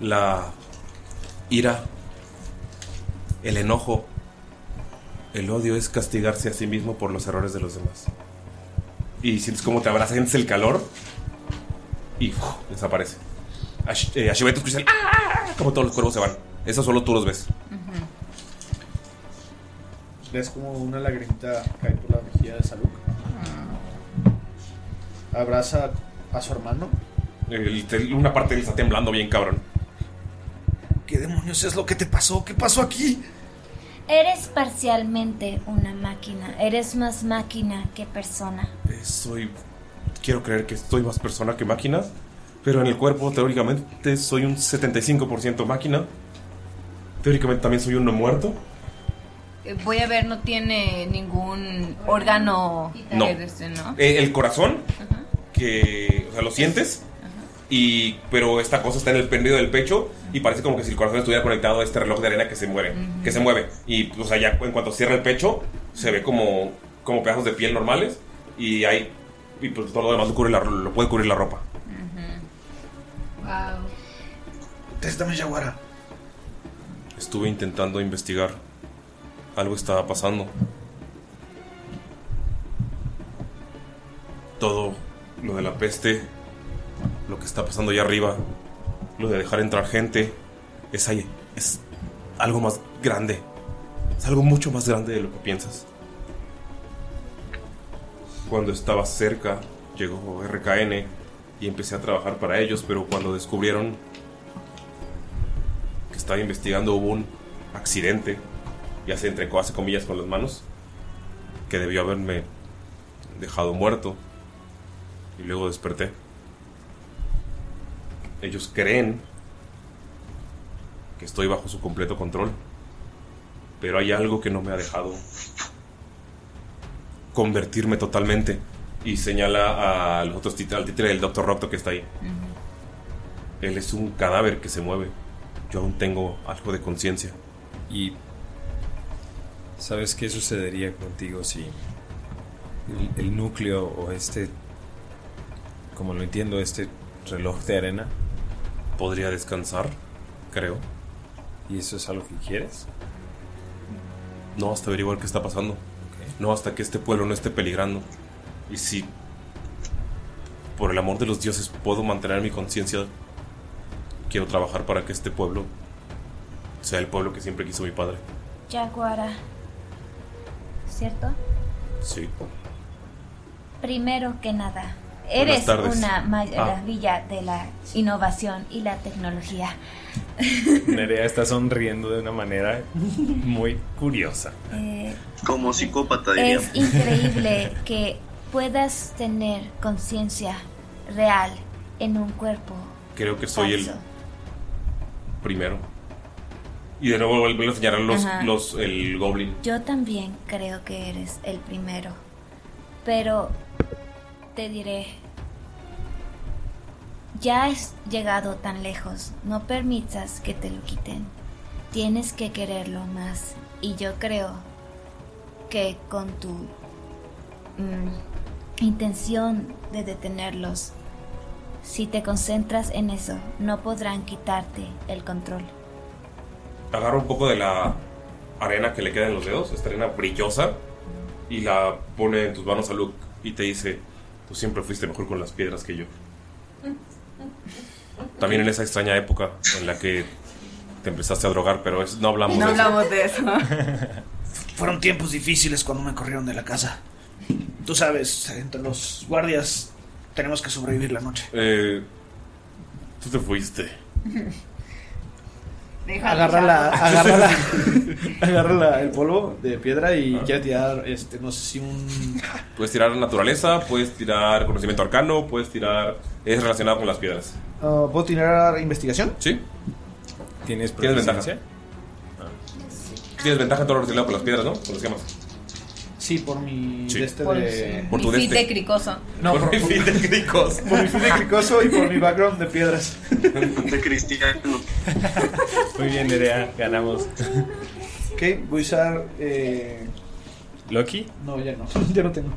Speaker 1: La ira, el enojo, el odio es castigarse a sí mismo por los errores de los demás. Y sientes como te abraza, sientes el calor y ¡uf! desaparece. A Sh- eh, a Shibeto escucha el ¡ah! como todos los cuervos se van. Eso solo tú los ves.
Speaker 3: Ves como una lagrimita cae por la mejilla de Saluk. Abraza a su hermano.
Speaker 1: El- te- una parte de él está temblando bien cabrón.
Speaker 9: ¿Qué demonios es lo que te pasó? ¿Qué pasó aquí?
Speaker 10: Eres parcialmente una máquina. Eres más máquina que persona.
Speaker 1: Eh, Soy. Quiero creer que soy más persona que máquina. Pero en el cuerpo, teóricamente, soy un 75% máquina. Teóricamente también soy uno muerto.
Speaker 8: Eh, Voy a ver, no tiene ningún órgano.
Speaker 1: No.
Speaker 8: que este, ¿no?
Speaker 1: Eh, el corazón, que. O sea, lo sientes. Y, pero esta cosa está en el pendido del pecho y parece como que si el corazón estuviera conectado a este reloj de arena que se mueve.
Speaker 5: Ujú.
Speaker 1: Que se mueve. Y, o sea, ya en cuanto cierra el pecho, se ve como, como pedazos de piel normales. Y hay. Y pues todo lo demás lo, cubre la- lo puede cubrir la ropa.
Speaker 4: Wow.
Speaker 9: Préstame Yaguara.
Speaker 1: Estuve intentando investigar. Algo estaba pasando. Todo lo de la peste, lo que está pasando allá arriba, lo de dejar entrar gente, es ahí, es algo más grande. Es algo mucho más grande de lo que piensas. Cuando estaba cerca, llegó RKN y empecé a trabajar para ellos, pero cuando descubrieron que estaba investigando hubo un accidente, ya se entrecó hace comillas con las manos, que debió haberme dejado muerto. Y luego desperté. Ellos creen que estoy bajo su completo control, pero hay algo que no me ha dejado convertirme totalmente. Y señala al, otro, tit- al títere del Dr. Rocto que está ahí. Él es un cadáver que se mueve. Yo aún tengo algo de conciencia.
Speaker 5: Y ¿Sabes qué sucedería contigo si el, el núcleo o este, como lo entiendo, este reloj de arena
Speaker 1: podría descansar, creo?
Speaker 5: ¿Y eso es algo que quieres?
Speaker 1: No hasta averiguar qué está pasando. No hasta que este pueblo no esté peligrando. Y si, por el amor de los dioses, puedo mantener mi conciencia, quiero trabajar para que este pueblo sea el pueblo que siempre quiso mi padre.
Speaker 10: Yaguara. ¿Cierto?
Speaker 1: Sí.
Speaker 10: Primero que nada, eres
Speaker 1: tardes.
Speaker 10: una
Speaker 5: Ah.
Speaker 10: maravilla de la innovación y la tecnología.
Speaker 5: Nerea está sonriendo de una manera muy curiosa.
Speaker 10: Eh,
Speaker 5: Como psicópata
Speaker 10: Es increíble que puedas tener conciencia real en un cuerpo.
Speaker 1: Creo que soy el primero. Y de nuevo vuelve a señalar los,
Speaker 10: Ajá.
Speaker 1: los, el goblin.
Speaker 10: Yo también creo que eres el primero. Pero te diré, ya has llegado tan lejos, no permitas que te lo quiten. Tienes que quererlo más. Y yo creo que con tu mm, intención de detenerlos, si te concentras en eso, no podrán quitarte el control.
Speaker 1: agarra un poco de la arena que le queda en los dedos, esta arena brillosa, y la pone en tus manos a Luke y te dice, tú siempre fuiste mejor con las piedras que yo. También en esa extraña época en la que te empezaste a drogar, pero es- no hablamos
Speaker 8: No
Speaker 1: de eso.
Speaker 8: hablamos de eso.
Speaker 9: Fueron tiempos difíciles cuando me corrieron de la casa. Tú sabes, entre los guardias tenemos que sobrevivir la noche.
Speaker 1: Eh, tú te fuiste.
Speaker 8: Deja
Speaker 3: Agarra,
Speaker 8: de
Speaker 3: la,
Speaker 8: usarlo.
Speaker 3: agarra, la- agarra la- el polvo de piedra y quiere tirar, este, no sé si un...
Speaker 1: Puedes tirar naturaleza, puedes tirar conocimiento arcano, puedes tirar. Es relacionado con las piedras.
Speaker 3: ah, ¿Puedo tirar investigación?
Speaker 1: Sí.
Speaker 5: ¿Tienes,
Speaker 1: ¿Tienes ventaja?
Speaker 5: proficiencia?
Speaker 1: Tienes ventaja en todo lo relacionado con las piedras, ¿no? Con los gemas.
Speaker 3: Sí, por mi...
Speaker 1: Sí.
Speaker 3: de este
Speaker 1: Por-
Speaker 3: de-
Speaker 1: eh, Por tu este.
Speaker 7: Mi fit
Speaker 1: deste.
Speaker 7: de cricoso.
Speaker 3: No, por,
Speaker 1: mi fin de cricos.
Speaker 3: por mi fin de cricoso y por mi background de piedras.
Speaker 2: De cristiano.
Speaker 5: Muy bien, Nerea, ganamos.
Speaker 3: Ok, voy a usar... eh,
Speaker 5: ¿Loki?
Speaker 3: No, ya no. ya no tengo.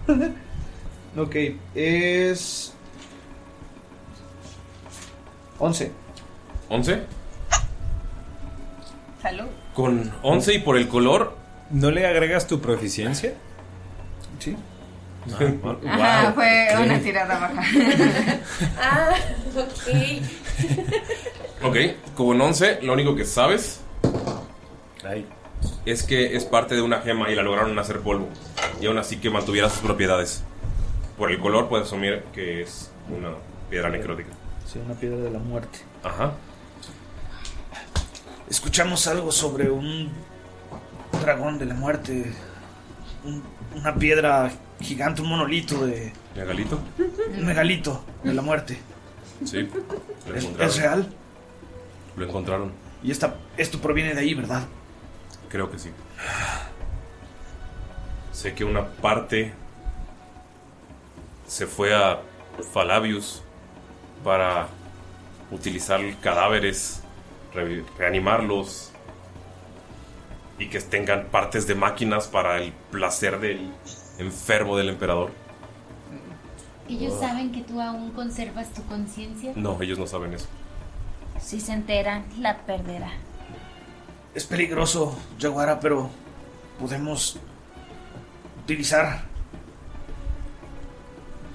Speaker 3: ok, es... 11.
Speaker 1: ¿11?
Speaker 8: Salud.
Speaker 1: Con 11 y por el color.
Speaker 5: ¿No le agregas tu proficiencia?
Speaker 3: Sí.
Speaker 1: Ah,
Speaker 8: Ajá,
Speaker 5: wow.
Speaker 8: fue
Speaker 5: Ok.
Speaker 8: una tirada baja.
Speaker 6: Ah, ok.
Speaker 1: Ok, con 11, lo único que sabes. Es que es parte de una gema y la lograron hacer polvo. Y aún así que mantuviera sus propiedades. Por el color puedes asumir que es una piedra necrótica.
Speaker 3: Sí, una piedra de la muerte.
Speaker 1: Ajá.
Speaker 9: Escuchamos algo sobre un dragón de la muerte. un- una piedra gigante, un monolito de.
Speaker 1: Megalito.
Speaker 9: Un megalito de la muerte.
Speaker 1: Sí. Lo
Speaker 9: ¿Es,
Speaker 1: encontraron.
Speaker 9: es real?
Speaker 1: Lo encontraron.
Speaker 9: Y esta, esto proviene de ahí, ¿verdad?
Speaker 1: Creo que sí. Sé que una parte se fue a Falabius para utilizar cadáveres, revi- reanimarlos y que tengan partes de máquinas para el placer del enfermo del emperador.
Speaker 4: ¿Ellos saben que tú aún conservas tu conciencia?
Speaker 1: No, ellos no saben eso.
Speaker 10: Si se enteran, la perderá.
Speaker 9: Es peligroso, Yaguara, pero podemos utilizar.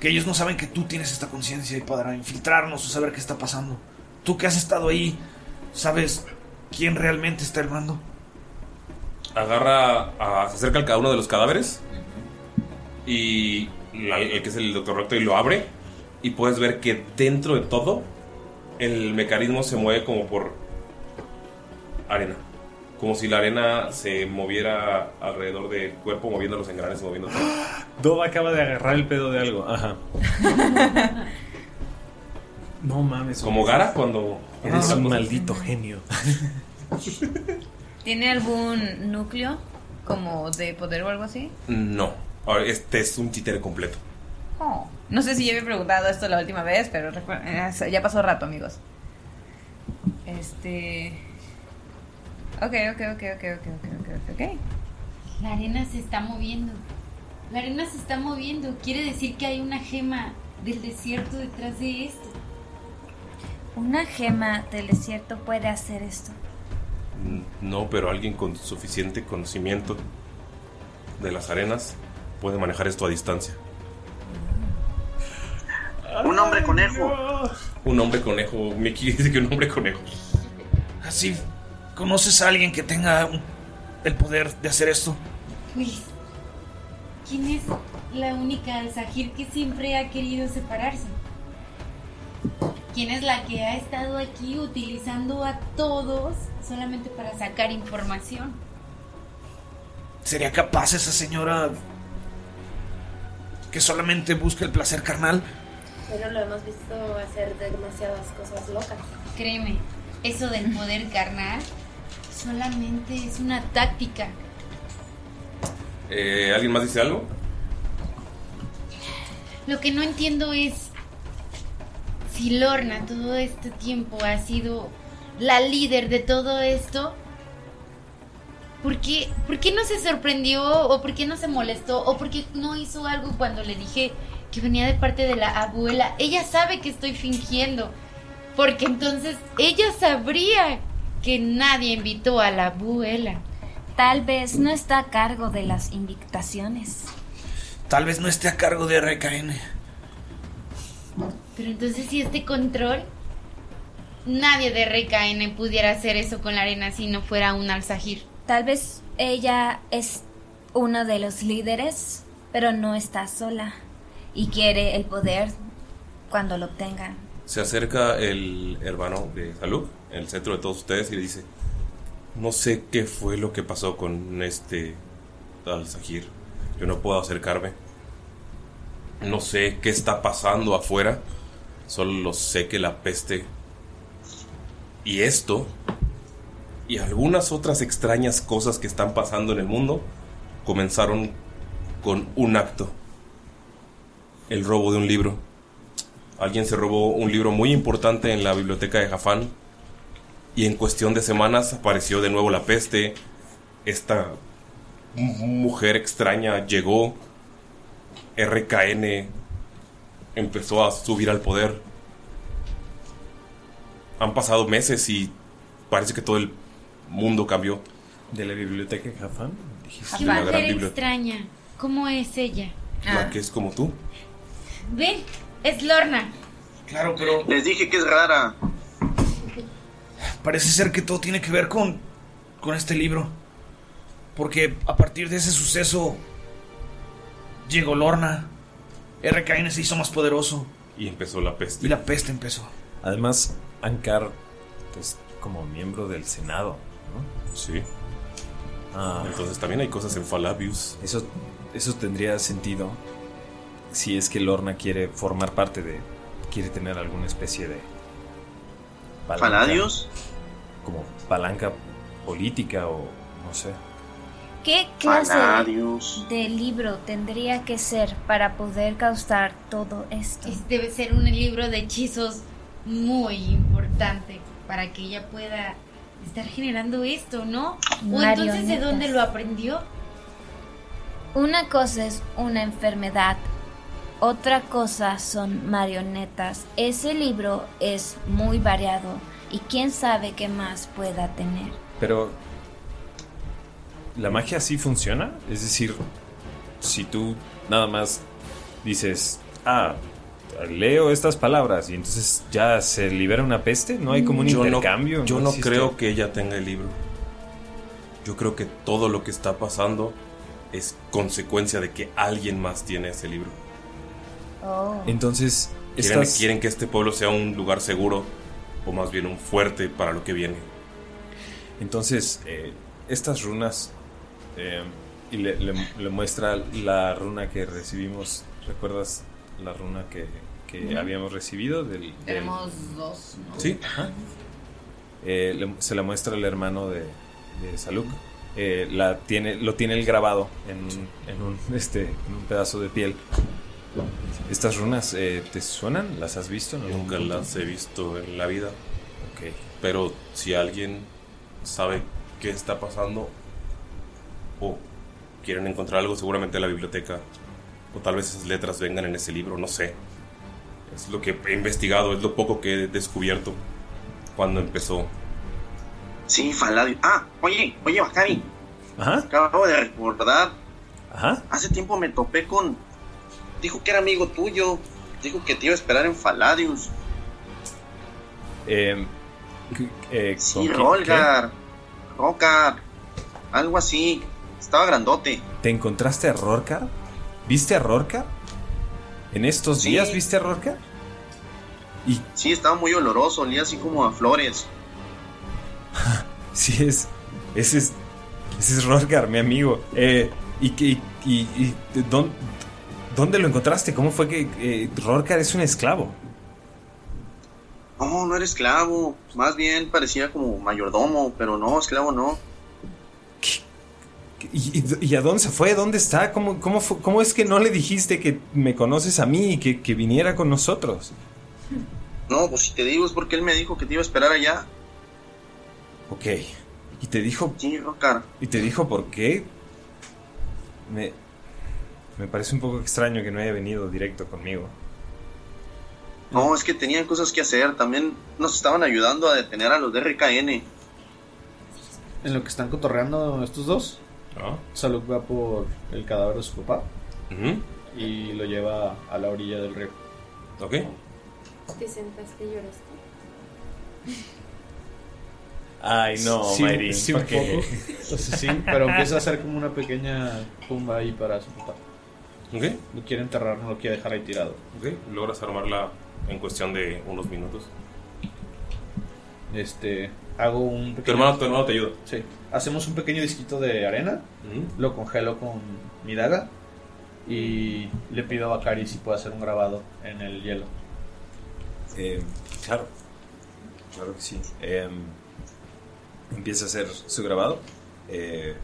Speaker 9: Que ellos no saben que tú tienes esta conciencia y para infiltrarnos o saber qué está pasando. Tú que has estado ahí, ¿sabes quién realmente está al mando?
Speaker 1: agarra, a- se acerca a cada uno de los cadáveres y la- el que es el doctor Recto y lo abre y puedes ver que dentro de todo el mecanismo se mueve como por arena, como si la arena se moviera alrededor del cuerpo moviendo los engranes, moviendo todo.
Speaker 5: Dova acaba de agarrar el pedo de algo. Ajá. No mames.
Speaker 1: Como Gara cuando
Speaker 5: Eres
Speaker 1: Ah.
Speaker 5: un maldito genio.
Speaker 8: ¿Tiene algún núcleo como de poder o algo así?
Speaker 1: No, ahora, este es un títere completo.
Speaker 8: Oh. No sé si ya había preguntado esto la última vez, pero recuer- eh, ya pasó rato, amigos. Este. Ok, ok, ok, ok, ok, ok, ok, ok.
Speaker 4: La arena se está moviendo. La arena se está moviendo. Quiere decir que hay una gema del desierto detrás de esto.
Speaker 10: Una gema del desierto puede hacer esto.
Speaker 1: No, pero alguien con suficiente conocimiento de las arenas puede manejar esto a distancia.
Speaker 2: Un hombre conejo.
Speaker 1: Un hombre conejo. Mickey dice que un hombre conejo.
Speaker 9: Así, ¿conoces a alguien que tenga un- el poder de hacer esto?
Speaker 4: Pues, ¿quién es la única al Sahir que siempre ha querido separarse? ¿Quién es la que ha estado aquí utilizando a todos solamente para sacar información?
Speaker 9: ¿Sería capaz esa señora que solamente busca el placer carnal?
Speaker 6: Pero lo hemos visto hacer demasiadas cosas locas.
Speaker 4: Créeme, eso del poder carnal solamente es una táctica.
Speaker 1: Eh, ¿Alguien más dice algo?
Speaker 4: Lo que no entiendo es si Lorna todo este tiempo ha sido la líder de todo esto. ¿Por qué, por qué no se sorprendió o por qué no se molestó o por qué no hizo algo cuando le dije que venía de parte de la abuela? Ella sabe que estoy fingiendo. Porque entonces ella sabría que nadie invitó a la abuela.
Speaker 10: Tal vez no está a cargo de las invitaciones.
Speaker 9: Tal vez no esté a cargo de RKN.
Speaker 4: Pero entonces si este control, nadie de RKN pudiera hacer eso con la arena si no fuera un alzajir.
Speaker 10: Tal vez ella es uno de los líderes, pero no está sola y quiere el poder cuando lo obtenga.
Speaker 1: Se acerca el hermano de Saluk, el centro de todos ustedes, y le dice: No sé qué fue lo que pasó con este Al Sahir. Yo no puedo acercarme. No sé qué está pasando afuera. Solo sé que la peste y esto y algunas otras extrañas cosas que están pasando en el mundo comenzaron con un acto. El robo de un libro. Alguien se robó un libro muy importante en la biblioteca de Jafán y en cuestión de semanas apareció de nuevo la peste. Esta m- mujer extraña llegó. RKN empezó a subir al poder. Han pasado meses y parece que todo el mundo cambió.
Speaker 5: ¿De la biblioteca de Jafán? Dijiste.
Speaker 4: Qué mujer extraña. ¿Cómo es ella? Ah.
Speaker 1: La que es como tú.
Speaker 4: Ven, es Lorna.
Speaker 3: Claro, pero.
Speaker 2: Les dije que es rara.
Speaker 9: Parece ser que todo tiene que ver con, con este libro. Porque a partir de ese suceso llegó Lorna. RKN se hizo más poderoso.
Speaker 1: Y empezó la peste.
Speaker 9: Y la peste empezó.
Speaker 5: Además, Ankar es como miembro del Senado, ¿no? Ah.
Speaker 1: Sí. Entonces también hay cosas en Falabius.
Speaker 5: Eso, eso tendría sentido si es que Lorna quiere formar parte de. quiere tener alguna especie de.
Speaker 2: ¿Faladios?
Speaker 5: Como palanca política o no sé.
Speaker 10: ¿Qué clase
Speaker 2: Faladios.
Speaker 10: de libro tendría que ser para poder causar todo esto?
Speaker 4: Debe ser un libro de hechizos muy importante para que ella pueda estar generando esto, ¿no? O entonces, ¿de
Speaker 10: Marionetas.
Speaker 4: dónde lo aprendió?
Speaker 10: Una cosa es una enfermedad, otra cosa son marionetas. Ese libro es muy variado y quién sabe qué más pueda tener.
Speaker 5: Pero. ¿La magia sí funciona? Es decir, si tú nada más dices. Ah, leo estas palabras y entonces ya se libera una peste, no hay como un
Speaker 1: Mm, Yo no-
Speaker 5: intercambio.
Speaker 1: yo no
Speaker 5: existe?
Speaker 1: creo que ella tenga el libro. Yo creo que todo lo que está pasando es consecuencia de que alguien más tiene ese libro.
Speaker 5: Entonces,
Speaker 1: Quieren,
Speaker 5: estas-
Speaker 1: quieren que este pueblo sea un lugar seguro, o más bien un fuerte para lo que viene.
Speaker 5: Entonces, eh, estas runas. eh, y le, le- le muestra la runa que recibimos. ¿Recuerdas la runa que, que
Speaker 8: Ujú.
Speaker 5: habíamos recibido? Del, del-
Speaker 8: Tenemos dos, ¿no?
Speaker 5: Sí. ajá. Eh, le- se la muestra el hermano de, de Saluk. Eh, la tiene, lo tiene el grabado en, un- en un, este, en un pedazo de piel. ¿Estas runas eh, te suenan? ¿Las has visto? en algún
Speaker 1: Nunca
Speaker 5: punto?
Speaker 1: las he visto en la vida. Pero si alguien sabe qué está pasando o quieren encontrar algo, seguramente en la biblioteca. O tal vez esas letras vengan en ese libro, no sé. Es lo que he investigado, es lo poco que he descubierto cuando empezó.
Speaker 2: Sí, Faladio. Ah, oye, oye, Bacari.
Speaker 5: Ajá.
Speaker 2: Acabo de recordar.
Speaker 5: Ajá.
Speaker 2: Hace tiempo me topé con. Dijo que era amigo tuyo. Dijo que te iba a esperar en Faladius.
Speaker 5: Eh, c- eh, ¿con
Speaker 2: Sí,
Speaker 5: quién-
Speaker 2: Rolgar. Rocar. Algo así. Estaba grandote.
Speaker 5: qué? ¿Te encontraste a Rorcar? ¿Viste a Rorcar? ¿En estos
Speaker 2: Sí.
Speaker 5: días viste a Rorcar?
Speaker 2: Sí, estaba muy oloroso. Olía así como a flores.
Speaker 5: Sí, es. Ese es. Ese es Rorgar, mi amigo. Eh, ¿Y, qué- y, y- y dónde, dónde lo encontraste? ¿Cómo fue que eh, Rorgar es un esclavo?
Speaker 2: No, no era esclavo. Más bien parecía como mayordomo. Pero no, esclavo no.
Speaker 5: ¿Y, y- y a dónde se fue? ¿Dónde está? ¿Cómo, cómo, fue- ¿Cómo es que no le dijiste que me conoces a mí y que, que viniera con nosotros?
Speaker 2: No, pues si te digo es porque él me dijo que te iba a esperar allá.
Speaker 5: Ok. ¿Y te dijo
Speaker 2: Sí, Rocar.
Speaker 5: ¿Y te dijo por qué? Me, me parece un poco extraño que no haya venido directo conmigo.
Speaker 2: No, es que tenían cosas que hacer. También nos estaban ayudando a detener a los de RKN.
Speaker 3: En lo que están cotorreando estos dos, Saluk va por el cadáver de su papá
Speaker 2: ¿Mm?
Speaker 3: y lo lleva a la orilla del río.
Speaker 1: Ok.
Speaker 6: Te sentaste y lloraste.
Speaker 5: Ay, no,
Speaker 3: sí,
Speaker 5: Mayrin,
Speaker 3: Sí,
Speaker 5: ¿por
Speaker 3: un
Speaker 5: qué?
Speaker 3: poco. Entonces, sí, pero empieza a hacer como una pequeña tumba ahí para su papá.
Speaker 1: Ok.
Speaker 3: Lo quiere enterrar, no lo quiere dejar ahí tirado.
Speaker 1: Ok, logras armar la en cuestión de unos minutos.
Speaker 3: Este, hago un pequeño...
Speaker 1: hermano- tu hermano te ayuda.
Speaker 3: Sí. Hacemos un pequeño disquito de arena,
Speaker 1: Ujú.
Speaker 3: lo congelo con mi daga y le pido a Bakari si puede hacer un grabado en el hielo.
Speaker 5: Eh, claro, claro que sí. Em, empieza a hacer su grabado. Eh,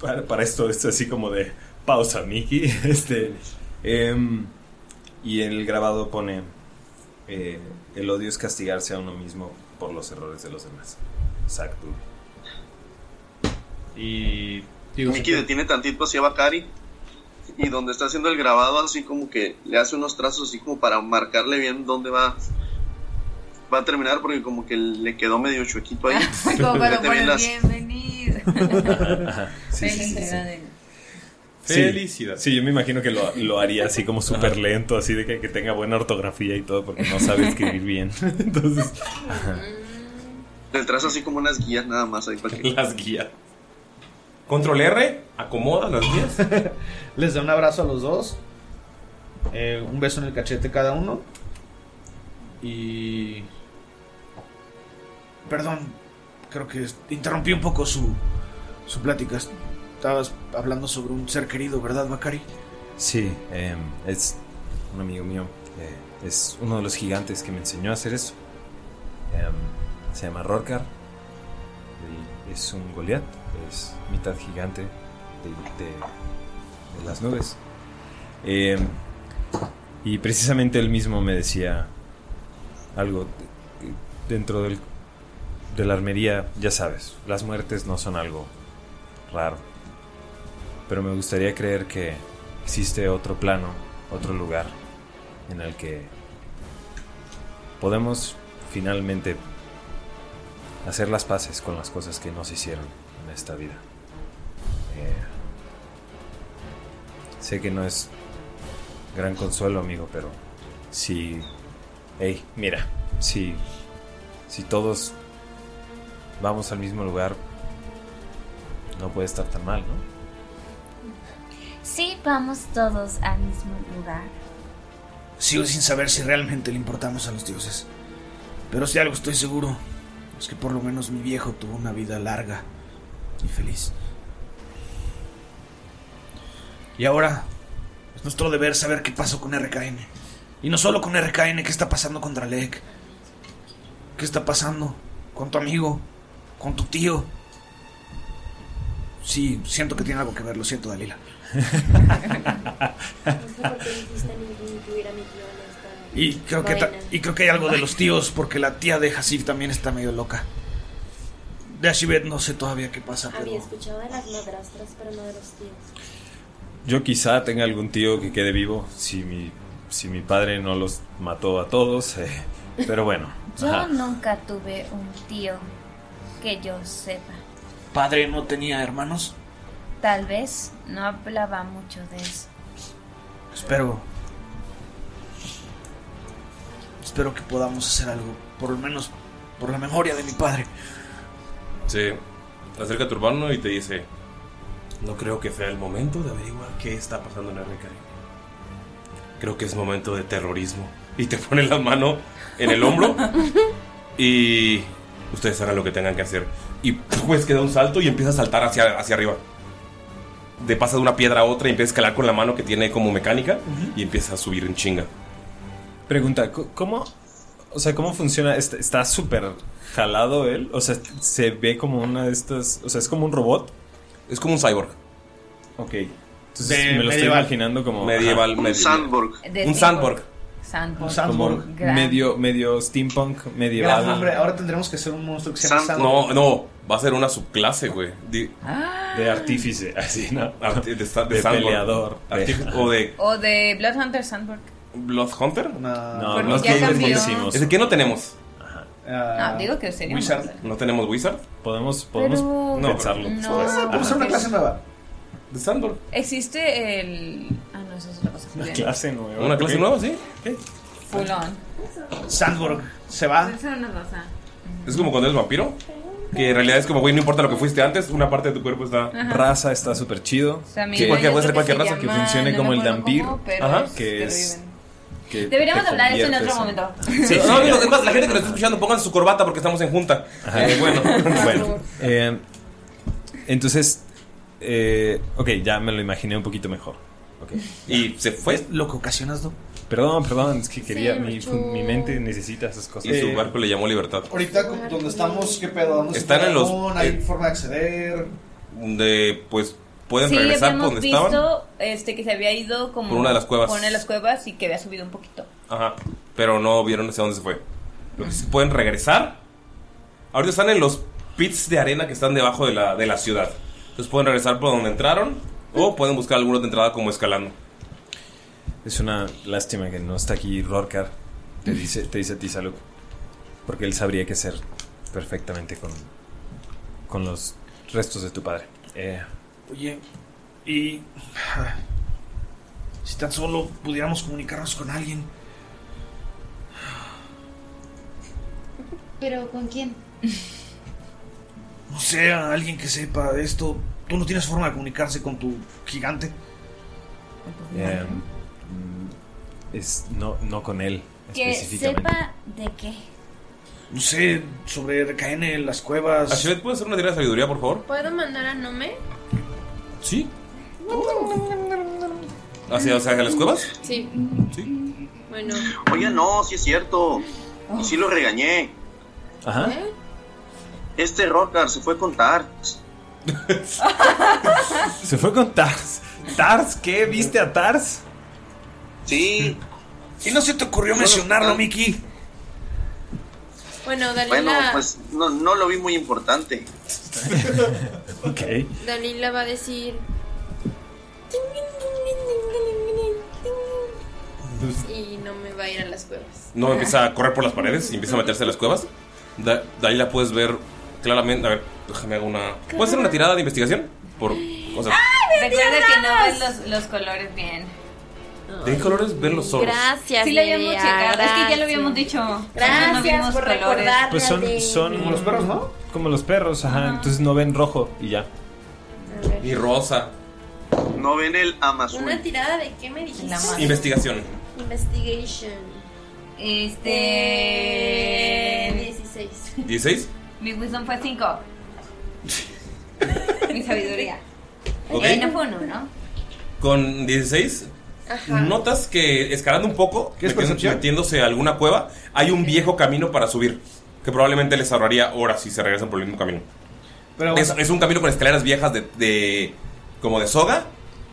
Speaker 5: para, para esto, esto así como de pausa, Mickey. Este, em, y en el grabado pone: eh, El odio es castigarse a uno mismo por los errores de los demás. Exacto.
Speaker 3: Y.
Speaker 2: Mickey detiene tantito hacia Bakari y donde está haciendo el grabado así como que le hace unos trazos así como para marcarle bien dónde va va a terminar porque como que le quedó medio chuequito
Speaker 8: Ah,
Speaker 2: ahí.
Speaker 7: Como cuando
Speaker 2: Vete bien
Speaker 7: ponen
Speaker 2: las-
Speaker 7: bienvenido.
Speaker 5: Sí, sí, sí, sí.
Speaker 7: Felicidades.
Speaker 5: Felicidad. Sí, yo me imagino que lo, lo haría así como súper lento, así de que, que tenga buena ortografía y todo, porque no sabe escribir bien. Entonces, ajá.
Speaker 2: Le traza así como unas guías nada más ahí para que
Speaker 1: las guías. Control R, acomoda las guías.
Speaker 3: Les da un abrazo a los dos. eh, un beso en el cachete cada uno. Y.
Speaker 9: Perdón, creo que interrumpí un poco su, su plática. Estabas hablando sobre un ser querido, ¿verdad, Bakari?
Speaker 5: Sí, em, es un amigo mío. eh, es uno de los gigantes que me enseñó a hacer eso. Em, se llama Rorcar. y es un Goliath. Es mitad gigante de, de- de las nubes. Em, y precisamente él mismo me decía algo de- de- dentro del, de la armería. Ya sabes, las muertes no son algo raro. Pero me gustaría creer que existe otro plano, otro lugar en el que podemos finalmente hacer las paces con las cosas que nos hicieron en esta vida. Eh, sé que no es gran consuelo, amigo, pero si... Hey, mira, si, si todos vamos al mismo lugar, no puede estar tan mal, ¿no?
Speaker 10: Sí, vamos todos al mismo lugar.
Speaker 9: Sigo sin saber si realmente le importamos a los dioses. Pero si algo estoy seguro, es que por lo menos mi viejo tuvo una vida larga y feliz. Y ahora es nuestro deber saber qué pasó con RKN. Y no solo con RKN, qué está pasando con Dralek. ¿Qué está pasando con tu amigo? ¿Con tu tío? Sí, siento que tiene algo que ver, lo siento, Dalila. Y creo, que ta- y creo que hay algo de los tíos, porque la tía de Hasif también está medio loca. De Ashibet no sé todavía qué pasa,
Speaker 6: Había
Speaker 9: pero
Speaker 6: escuchado de las madrastras, pero no de los tíos.
Speaker 5: Yo quizá tenga algún tío que quede vivo si mi, si mi padre no los mató a todos. eh, pero bueno.
Speaker 10: Yo
Speaker 5: ajá.
Speaker 10: nunca tuve un tío que yo sepa.
Speaker 9: padre no tenía hermanos.
Speaker 10: Tal vez no hablaba mucho de eso.
Speaker 9: Espero. Espero que podamos hacer algo, por lo menos por la memoria de mi padre.
Speaker 1: Se acerca a tu hermano y te dice: No creo que sea el momento de averiguar qué está pasando en RK. Creo que es momento de terrorismo. Y te pone la mano en el hombro. y ustedes hagan lo que tengan que hacer. Y pues queda un salto y empieza a saltar hacia, hacia arriba. De pasa de una piedra a otra y empieza a escalar con la mano que tiene como mecánica. Y empieza a subir en chinga.
Speaker 5: Pregunta, ¿c- ¿cómo? O sea, ¿cómo funciona? ¿Est- ¿Está súper jalado él? O sea, se ve como una de estas... O sea, ¿es como un robot?
Speaker 1: Es como un cyborg.
Speaker 5: Ok. Entonces me lo estoy
Speaker 1: medieval.
Speaker 5: imaginando como...
Speaker 1: Medieval, Un medieval. sandborg.
Speaker 7: De
Speaker 5: Un sandborg.
Speaker 7: Sandborg.
Speaker 5: Como
Speaker 7: Gran.
Speaker 5: medio, medio steampunk, medieval.
Speaker 3: Gran nombre, ahora tendremos que hacer un monstruo que se llama Sandor.
Speaker 1: No, Ah, no, va a ser una subclase, güey. Di-
Speaker 7: Ah.
Speaker 5: De artífice, así, ¿no?
Speaker 1: Arti- de, sa-
Speaker 5: De
Speaker 1: Sandborn.
Speaker 5: peleador.
Speaker 1: Arti- o de
Speaker 7: O de Bloodhunter Sandborg.
Speaker 1: Blood Hunter.
Speaker 7: Porque Blood ya Hunter es el cambió. que hicimos.
Speaker 1: ¿Ese que no tenemos?
Speaker 5: Ah,
Speaker 8: Ah,
Speaker 7: no, digo que sería
Speaker 1: Wizard.
Speaker 7: Monster.
Speaker 1: ¿No tenemos Wizard?
Speaker 5: Podemos,
Speaker 7: podemos Pero- Pues, pensarlo. no,
Speaker 1: pues,
Speaker 3: Vamos a hacer una clase nueva.
Speaker 1: De Sandor.
Speaker 7: Existe el. Ah, no, eso es otra cosa. Bien.
Speaker 5: nueva.
Speaker 1: Una clase
Speaker 3: ok.
Speaker 1: nueva, ¿Ah, sí.
Speaker 7: Full on.
Speaker 3: Sandborg se va.
Speaker 11: Esa es una rosa.
Speaker 1: Es como cuando eres vampiro. Que en realidad es como, güey, no importa lo que fuiste antes, una parte de tu cuerpo está.
Speaker 7: Ajá.
Speaker 5: Raza está súper chido.
Speaker 7: O sea, mi
Speaker 5: que
Speaker 7: hay
Speaker 5: cualquier, puede ser
Speaker 7: otro que
Speaker 5: cualquier
Speaker 7: se
Speaker 5: raza que
Speaker 7: llama,
Speaker 5: funcione
Speaker 7: no
Speaker 5: como
Speaker 7: me
Speaker 5: el
Speaker 7: acuerdo
Speaker 5: Dampir.
Speaker 7: cómo, pero
Speaker 5: ajá,
Speaker 7: es
Speaker 5: que es
Speaker 1: que
Speaker 7: Deberíamos
Speaker 1: te
Speaker 7: hablar eso en otro
Speaker 1: conviertes
Speaker 7: momento.
Speaker 1: Sí, no, amigos, es más, la gente que nos está escuchando, pongan su corbata porque estamos en junta. Eh, bueno,
Speaker 5: Bueno, eh, entonces, eh, ok, ya me lo imaginé un poquito mejor. Ok.
Speaker 1: Y se fue.
Speaker 5: Lo que ocasionas, ¿no? Perdón, perdón, es que quería,
Speaker 3: Sí,
Speaker 5: mi,
Speaker 3: mucho.
Speaker 5: mi mente necesita esas cosas. Eh,
Speaker 1: Y su barco le llamó Libertad.
Speaker 3: Ahorita cu- donde estamos, ¿qué pedo? ¿Dónde está
Speaker 1: Están
Speaker 3: el
Speaker 1: en los-
Speaker 3: dragón? ¿Hay
Speaker 1: eh,
Speaker 3: forma de acceder?
Speaker 1: Donde, pues, pueden
Speaker 7: Sí,
Speaker 1: regresar por
Speaker 7: habíamos
Speaker 1: donde
Speaker 7: visto
Speaker 1: estaban.
Speaker 7: este que se había ido como
Speaker 1: Por una de las cuevas.
Speaker 7: por una de las cuevas y que había subido un poquito.
Speaker 1: Ajá. Pero no vieron hacia dónde se fue. Lo que sí pueden regresar. Ahorita están en los pits de arena que están debajo de la, de la ciudad. Entonces pueden regresar por donde entraron. O pueden buscar alguna otra entrada como escalando.
Speaker 5: Es una lástima que no está aquí Rorcar. Te dice, te dice a ti salud. Porque él sabría qué hacer perfectamente con, con los restos de tu padre. Eh,
Speaker 9: Oye, y. Si tan solo pudiéramos comunicarnos con alguien.
Speaker 4: ¿Pero con quién?
Speaker 9: No sé, a alguien que sepa de esto. Tú no tienes forma de comunicarse con tu gigante.
Speaker 5: eh, mm, es, no, no con él
Speaker 10: Que
Speaker 5: específicamente.
Speaker 10: sepa de qué.
Speaker 9: No sé, sobre RKN, las cuevas.
Speaker 1: Ashivet, ¿puedes hacer una tirada de sabiduría, por favor?
Speaker 6: ¿Puedo mandar a Nome?
Speaker 1: Sí. ¿Hacia, o sea, hacia las cuevas?
Speaker 6: Sí.
Speaker 1: Sí.
Speaker 6: Bueno.
Speaker 2: Oye, no, sí es cierto. Y sí lo regañé.
Speaker 5: Ajá.
Speaker 2: Este Rockar se fue a contar.
Speaker 5: Se fue con Tars. ¿Tars qué? ¿Viste a Tars?
Speaker 2: Sí.
Speaker 9: ¿Y no se te ocurrió mencionarlo, Mickey?
Speaker 6: Bueno, Dalila,
Speaker 2: Bueno, pues no, no lo vi muy importante.
Speaker 5: ok.
Speaker 6: Dalila va a decir. Y no me va a ir a las cuevas.
Speaker 1: No empieza a correr por las paredes y empieza a meterse en las cuevas. Da- de ahí la puedes ver claramente. A ver, déjame hago una. ¿Puedes hacer una tirada de investigación? Por. O sea,
Speaker 7: Recuerda que no ves los, los colores bien.
Speaker 1: ¿de qué colores ver los solos?
Speaker 7: Gracias. Sí lo habíamos
Speaker 4: Lidia,
Speaker 7: checado. Es que ya
Speaker 4: gracias.
Speaker 7: lo habíamos dicho.
Speaker 4: Gracias
Speaker 7: No vimos
Speaker 4: por
Speaker 7: colores.
Speaker 6: Ah,
Speaker 4: recordarnos
Speaker 5: Pues son, son. Como los perros,
Speaker 9: ¿no?
Speaker 5: Como los perros, ajá. Entonces no ven rojo y ya.
Speaker 1: Y rosa.
Speaker 2: No ven el Amazon.
Speaker 6: ¿Una tirada de qué me dijiste?
Speaker 1: Investigación.
Speaker 12: Investigation.
Speaker 7: Este.
Speaker 12: 16.
Speaker 1: ¿16?
Speaker 7: Mi wisdom fue 5. Mi sabiduría.
Speaker 1: Ok.
Speaker 7: Eh, no fue uno, ¿no?
Speaker 1: Con 16.
Speaker 7: Ajá.
Speaker 1: Notas que escalando un poco,
Speaker 7: es
Speaker 1: metiendo-
Speaker 7: percepción?
Speaker 1: metiéndose a alguna cueva, hay un viejo camino para subir. Que probablemente les ahorraría horas si se regresan por el mismo camino. es, es un camino con escaleras viejas de, de- como de soga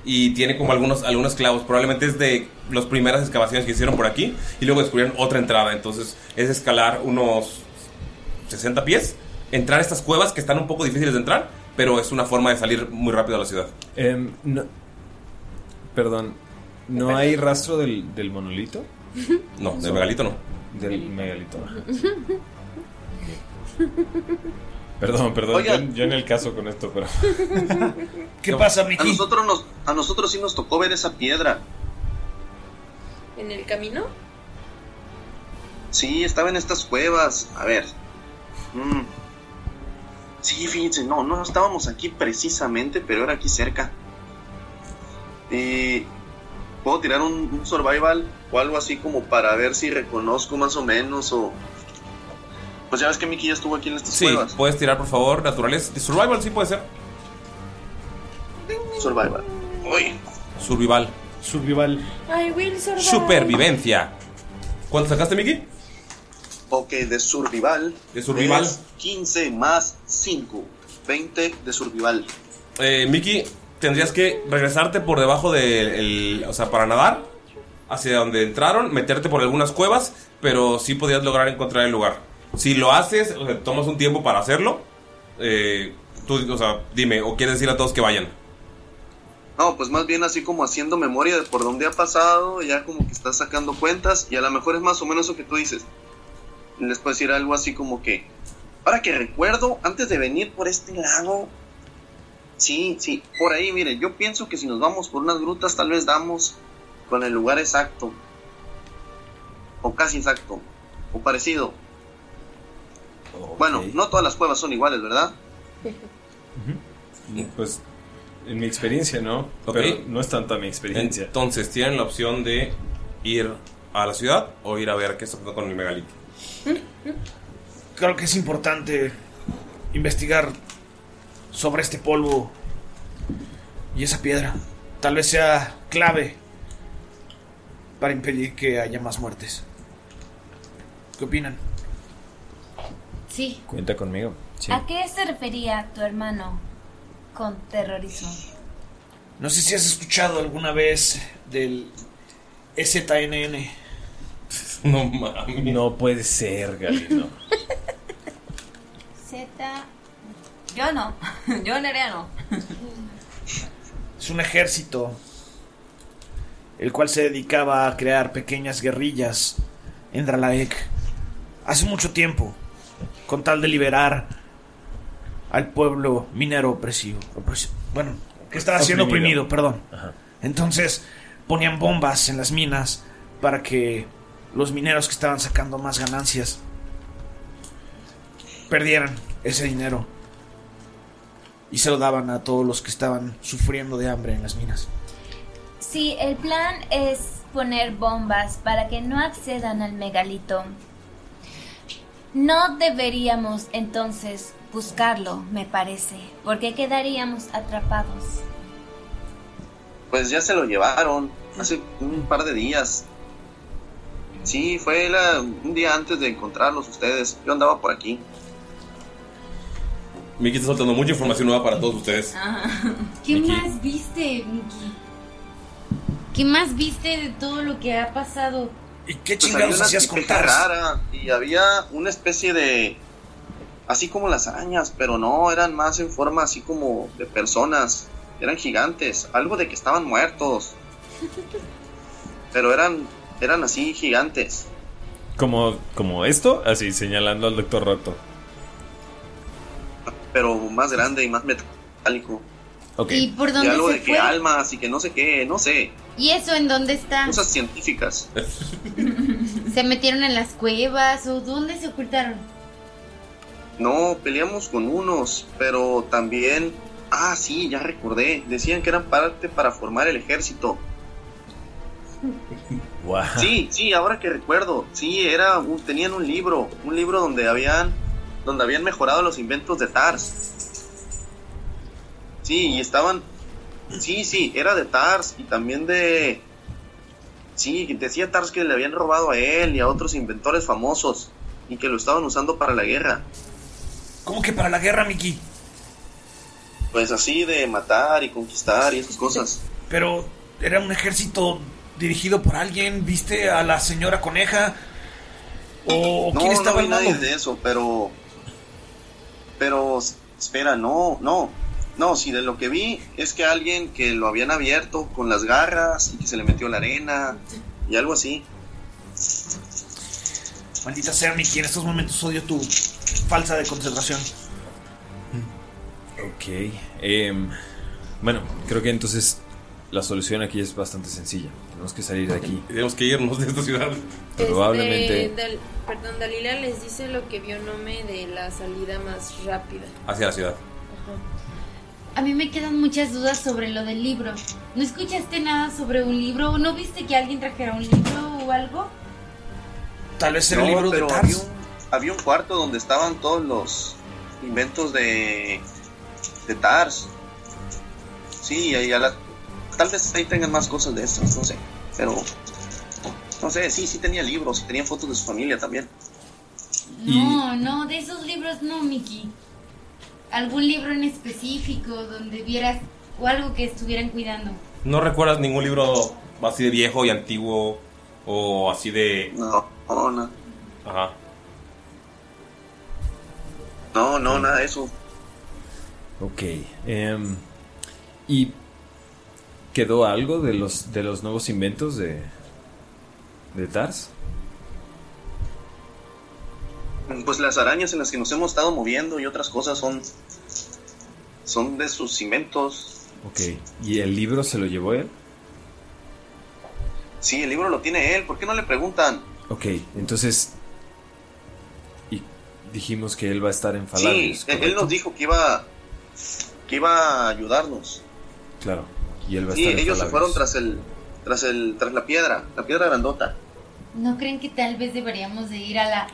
Speaker 1: y tiene como algunos algunos clavos. Probablemente es de las primeras excavaciones que hicieron por aquí y luego descubrieron otra entrada. Entonces es escalar unos 60 pies, entrar a estas cuevas que están un poco difíciles de entrar, pero es una forma de salir muy rápido a la ciudad.
Speaker 5: Em, no- perdón, ¿no hay rastro del, del monolito?
Speaker 1: No, del megalito no.
Speaker 5: Del megalito, ajá. Perdón, perdón,
Speaker 2: Oiga.
Speaker 5: yo, yo en el caso con esto, pero...
Speaker 9: ¿Qué pasa,
Speaker 2: A nosotros, nos, a nosotros sí nos tocó ver esa piedra.
Speaker 6: ¿En el camino?
Speaker 2: Sí, estaba en estas cuevas. A ver. Mm. Sí, fíjense, no, no estábamos aquí precisamente, pero era aquí cerca. Eh, ¿Puedo tirar un, un survival o algo así como para ver si reconozco más o menos? O... Pues ya ves que Mickey ya estuvo aquí en estas
Speaker 1: Sí,
Speaker 2: cuevas.
Speaker 1: puedes tirar por favor, naturales. Survival sí puede ser.
Speaker 2: Survival. Uy.
Speaker 1: Survival.
Speaker 3: Survival.
Speaker 6: I will survive.
Speaker 1: Supervivencia. ¿Cuánto sacaste, Miki?
Speaker 2: Ok, de survival.
Speaker 1: De survival.
Speaker 2: es 15 más 5. 20 de survival.
Speaker 1: Eh, Miki, tendrías que regresarte por debajo del. o sea, para nadar. Hacia donde entraron, meterte por algunas cuevas. Pero sí podías lograr encontrar el lugar. Si lo haces, o sea, tomas un tiempo para hacerlo. eh, tú, o sea, dime, o quieres decir a todos que vayan.
Speaker 2: No, pues más bien así como haciendo memoria de por dónde ha pasado, ya como que estás sacando cuentas y a lo mejor es más o menos lo que tú dices. Les puedo decir algo así como que, ahora que recuerdo, antes de venir por este lago, sí, sí, por ahí, mire, yo pienso que si nos vamos por unas grutas tal vez damos con el lugar exacto, o casi exacto, o parecido. Bueno, no todas las cuevas son iguales, ¿verdad?
Speaker 5: Pues en mi experiencia, ¿no?
Speaker 1: Ok.
Speaker 5: Pero no es tanta mi experiencia.
Speaker 1: Entonces, tienen la opción de ir a la ciudad o ir a ver qué está pasando con el megalito?
Speaker 9: Creo que es importante investigar sobre este polvo y esa piedra. Tal vez sea clave para impedir que haya más muertes. ¿Qué opinan?
Speaker 10: Sí.
Speaker 5: Cuenta conmigo.
Speaker 10: ¿A qué se refería tu hermano con terrorismo?
Speaker 9: No sé si has escuchado alguna vez del STNN.
Speaker 1: No mames.
Speaker 5: No puede ser, Galindo.
Speaker 7: Z. Yo no. Yo Nerea no.
Speaker 9: Es un ejército el cual se dedicaba a crear pequeñas guerrillas en Dralaek hace mucho tiempo con tal de liberar al pueblo minero opresivo. opres- bueno, que estaba siendo
Speaker 3: Oprimido.
Speaker 9: oprimido, perdón.
Speaker 5: Ajá.
Speaker 9: Entonces ponían bombas en las minas para que los mineros que estaban sacando más ganancias perdieran ese dinero y se lo daban a todos los que estaban sufriendo de hambre en las minas.
Speaker 10: Sí, el plan es poner bombas para que no accedan al megalito. No deberíamos entonces buscarlo, me parece, porque quedaríamos atrapados.
Speaker 2: Pues ya se lo llevaron hace un par de días. Sí, fue la- un día antes de encontrarlos ustedes. Yo andaba por aquí.
Speaker 1: Miki está soltando mucha información nueva para todos ustedes.
Speaker 4: ¿Qué
Speaker 1: Miki.
Speaker 4: más viste, Miki? ¿Qué más viste de todo lo que ha pasado?
Speaker 9: ¿Y qué
Speaker 2: Pues
Speaker 9: chingados
Speaker 2: había una
Speaker 9: hacías
Speaker 2: tipeja
Speaker 9: contar?
Speaker 2: rara, y había una especie de. Así como las arañas, pero no, eran más en forma así como de personas. Eran gigantes. Algo de que estaban muertos. Pero eran, eran así gigantes.
Speaker 5: Como, como esto, así señalando al doctor Roto.
Speaker 2: Pero más grande y más metálico.
Speaker 5: Ok.
Speaker 4: ¿Y por dónde
Speaker 2: y algo
Speaker 4: se
Speaker 2: de
Speaker 4: fue?
Speaker 2: que almas y que no sé qué, no sé.
Speaker 4: ¿Y eso en dónde está?
Speaker 2: Cosas científicas.
Speaker 4: ¿Se metieron en las cuevas o dónde se ocultaron?
Speaker 2: No, peleamos con unos, pero también... Ah, sí, ya recordé. Decían que eran parte para formar el ejército.
Speaker 5: Wow.
Speaker 2: Sí, sí, ahora que recuerdo. Sí, era un- tenían un libro, un libro donde habían donde habían mejorado los inventos de TARS. Sí, y estaban Sí, sí, era de TARS y también de Sí, decía TARS que le habían robado a él y a otros inventores famosos y que lo estaban usando para la guerra.
Speaker 9: ¿Cómo que para la guerra, Miki?
Speaker 2: Pues así de matar y conquistar y esas cosas.
Speaker 9: Pero era un ejército dirigido por alguien, ¿viste a la señora coneja? ¿O
Speaker 2: No,
Speaker 9: quién estaba
Speaker 2: no vi
Speaker 9: al lado?
Speaker 2: nadie de eso, pero. Pero, s- espera, no, no. No, si de lo que vi es que alguien que lo habían abierto con las garras y que se le metió la arena y algo así.
Speaker 9: Maldita sea, Miki, en estos momentos odio tu falsa de concentración.
Speaker 5: Ok. em, bueno, creo que entonces la solución aquí es bastante sencilla. Tenemos que salir de aquí.
Speaker 1: Tenemos que irnos de esta ciudad.
Speaker 5: Probablemente
Speaker 6: Este, Dal- perdón, Dalila les dice lo que vio Nome de la salida más rápida.
Speaker 1: hacia la ciudad.
Speaker 4: A mí me quedan muchas dudas sobre lo del libro. ¿No escuchaste nada sobre un libro? ¿O ¿No viste que alguien trajera un libro o algo?
Speaker 9: Tal vez era
Speaker 2: No,
Speaker 9: el libro de
Speaker 2: pero
Speaker 9: Tars.
Speaker 2: había un, había un cuarto donde estaban todos los inventos de. de Tars. Sí, y ahí a la- tal vez ahí tengan más cosas de estas, no sé. Pero. No sé, sí, sí tenía libros y tenía fotos de su familia también.
Speaker 4: No, no, de esos libros no, Miki. ¿Algún libro en específico donde vieras o algo que estuvieran cuidando?
Speaker 1: ¿No recuerdas ningún libro así de viejo y antiguo? O así de.
Speaker 2: No, no, no.
Speaker 1: Ajá.
Speaker 2: No,
Speaker 5: Ah.
Speaker 2: no, nada de eso.
Speaker 5: Ok. em, ¿Y quedó algo de los, de los nuevos inventos de, de TARS?
Speaker 2: Pues las arañas en las que nos hemos estado moviendo y otras cosas son. son de sus inventos.
Speaker 5: Ok. ¿Y el libro se lo llevó él?
Speaker 2: Sí, el libro lo tiene él. ¿Por qué no le preguntan?
Speaker 5: Ok, entonces... Y dijimos que él va a estar en
Speaker 2: Sí,
Speaker 5: Falarius.
Speaker 2: él- él
Speaker 5: ¿correcto?
Speaker 2: nos dijo que iba. que iba a ayudarnos.
Speaker 5: Claro. Y él va a
Speaker 2: Sí,
Speaker 5: estar en
Speaker 2: ellos se
Speaker 5: Falarius.
Speaker 2: fueron tras el. tras el. tras la piedra, la piedra grandota.
Speaker 4: ¿No creen que tal vez deberíamos de ir a la,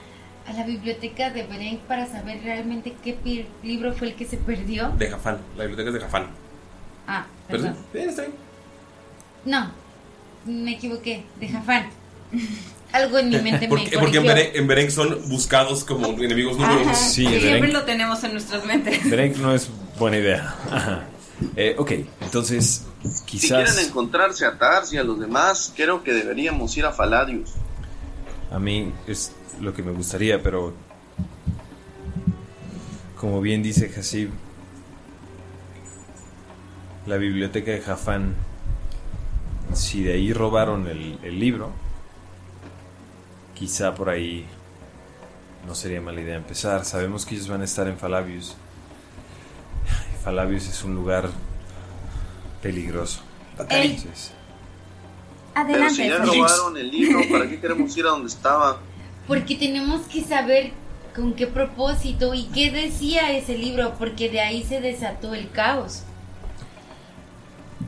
Speaker 4: a la biblioteca de Brenk para saber realmente qué pi- libro fue el que se perdió?
Speaker 1: De Jafal. La biblioteca es de Jafal.
Speaker 4: Ah,
Speaker 1: Pero
Speaker 4: perdón.
Speaker 1: sí, está bien.
Speaker 4: No, me equivoqué, de Jafán. Algo en mi mente me
Speaker 1: Porque, porque en,
Speaker 4: corrigió.
Speaker 1: Beren, en Beren son buscados como enemigos
Speaker 5: Ah.
Speaker 1: número uno.
Speaker 7: Ajá, siempre lo tenemos en nuestras mentes.
Speaker 5: Drake no es buena idea. Ajá. Eh, ok, entonces
Speaker 2: Si quieren
Speaker 5: quizás
Speaker 2: encontrarse a Tars y a los demás, creo que deberíamos ir a Faladius.
Speaker 5: a mí es lo que me gustaría, pero como bien dice Hasib, la biblioteca de Jafán, si de ahí robaron el, el libro, quizá por ahí no sería mala idea empezar. Sabemos que ellos van a estar en Falabius. Falabius es un lugar peligroso.
Speaker 7: Ey.
Speaker 5: Entonces,
Speaker 2: Pero
Speaker 4: Adelante,
Speaker 2: si ya
Speaker 4: Félix.
Speaker 2: robaron el libro, ¿para qué queremos ir a donde estaba?
Speaker 4: Porque tenemos que saber con qué propósito y qué decía ese libro, porque de ahí se desató el caos.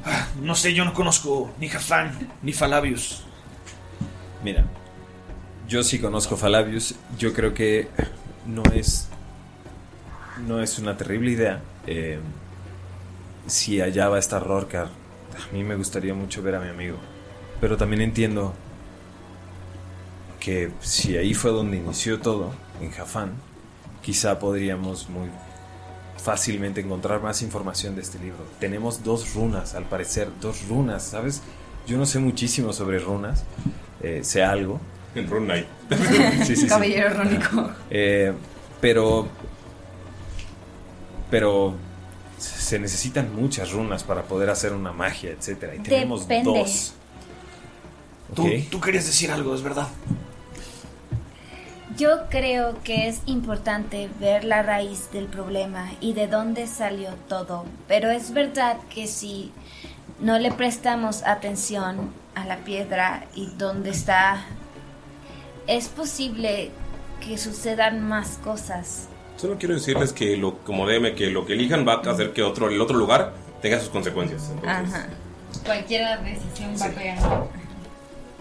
Speaker 3: Ah, No sé, yo no conozco ni Jafán ni Falabius.
Speaker 5: Mira, yo sí conozco Falabius. Yo creo que no es. No es una terrible idea. Eh, si allá va a estar Rorcar, a mí me gustaría mucho ver a mi amigo. Pero también entiendo que si ahí fue donde inició todo, en Jafán, quizá podríamos muy fácilmente encontrar más información de este libro. Tenemos dos runas, al parecer, dos runas, ¿sabes? Yo no sé muchísimo sobre runas, eh, sé algo.
Speaker 1: En Rune Knight.
Speaker 8: Caballero rónico.
Speaker 5: Eh, pero. Pero. Se necesitan muchas runas para poder hacer una magia, etcétera. Y tenemos
Speaker 10: Depende.
Speaker 5: dos.
Speaker 3: Tú,
Speaker 5: Ok.
Speaker 3: tú querías decir algo, es verdad.
Speaker 10: Yo creo que es importante ver la raíz del problema y de dónde salió todo, pero es verdad que si no le prestamos atención a la piedra y dónde está, es posible que sucedan más cosas.
Speaker 1: Solo quiero decirles que lo, como DM, que lo que elijan va a hacer que otro, el otro lugar tenga sus consecuencias. Entonces,
Speaker 10: Ajá.
Speaker 4: Cualquier decisión va a pegar.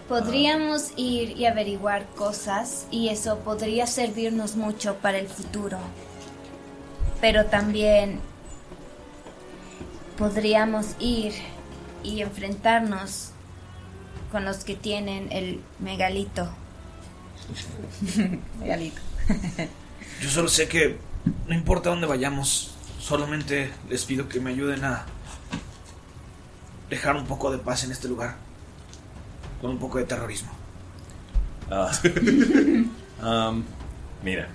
Speaker 10: Podríamos ir y averiguar cosas y eso podría servirnos mucho para el futuro. Pero también podríamos ir y enfrentarnos con los que tienen el megalito.
Speaker 8: Megalito.
Speaker 3: Yo solo sé que no importa dónde vayamos, solamente les pido que me ayuden a dejar un poco de paz en este lugar. Con un poco de terrorismo.
Speaker 5: Ah. Um, Am, mira,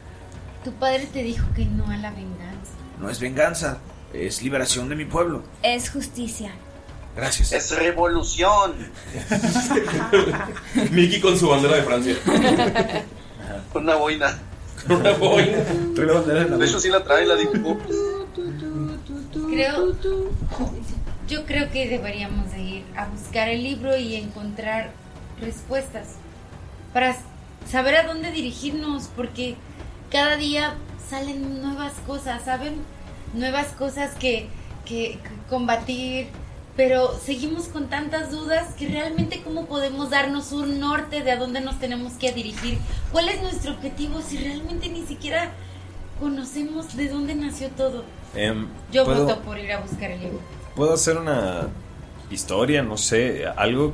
Speaker 4: Tu padre te dijo que no a la venganza.
Speaker 3: No es venganza, es liberación de mi pueblo.
Speaker 10: Es justicia.
Speaker 3: Gracias.
Speaker 2: Es revolución.
Speaker 1: Mickey con su bandera de Francia.
Speaker 2: Una boina.
Speaker 1: Una boina.
Speaker 2: De hecho, sí la trae, la dibujó.
Speaker 4: Creo, yo creo que deberíamos de ir a buscar el libro y encontrar respuestas para s- saber a dónde dirigirnos, porque cada día salen nuevas cosas, ¿saben? Nuevas cosas que, que- que combatir, pero seguimos con tantas dudas que realmente cómo podemos darnos un norte de a dónde nos tenemos que dirigir, cuál es nuestro objetivo si realmente ni siquiera conocemos de dónde nació todo.
Speaker 5: em,
Speaker 4: Yo
Speaker 5: ¿puedo-
Speaker 4: voto por ir a buscar el libro.
Speaker 5: ¿Puedo hacer una historia, no sé, algo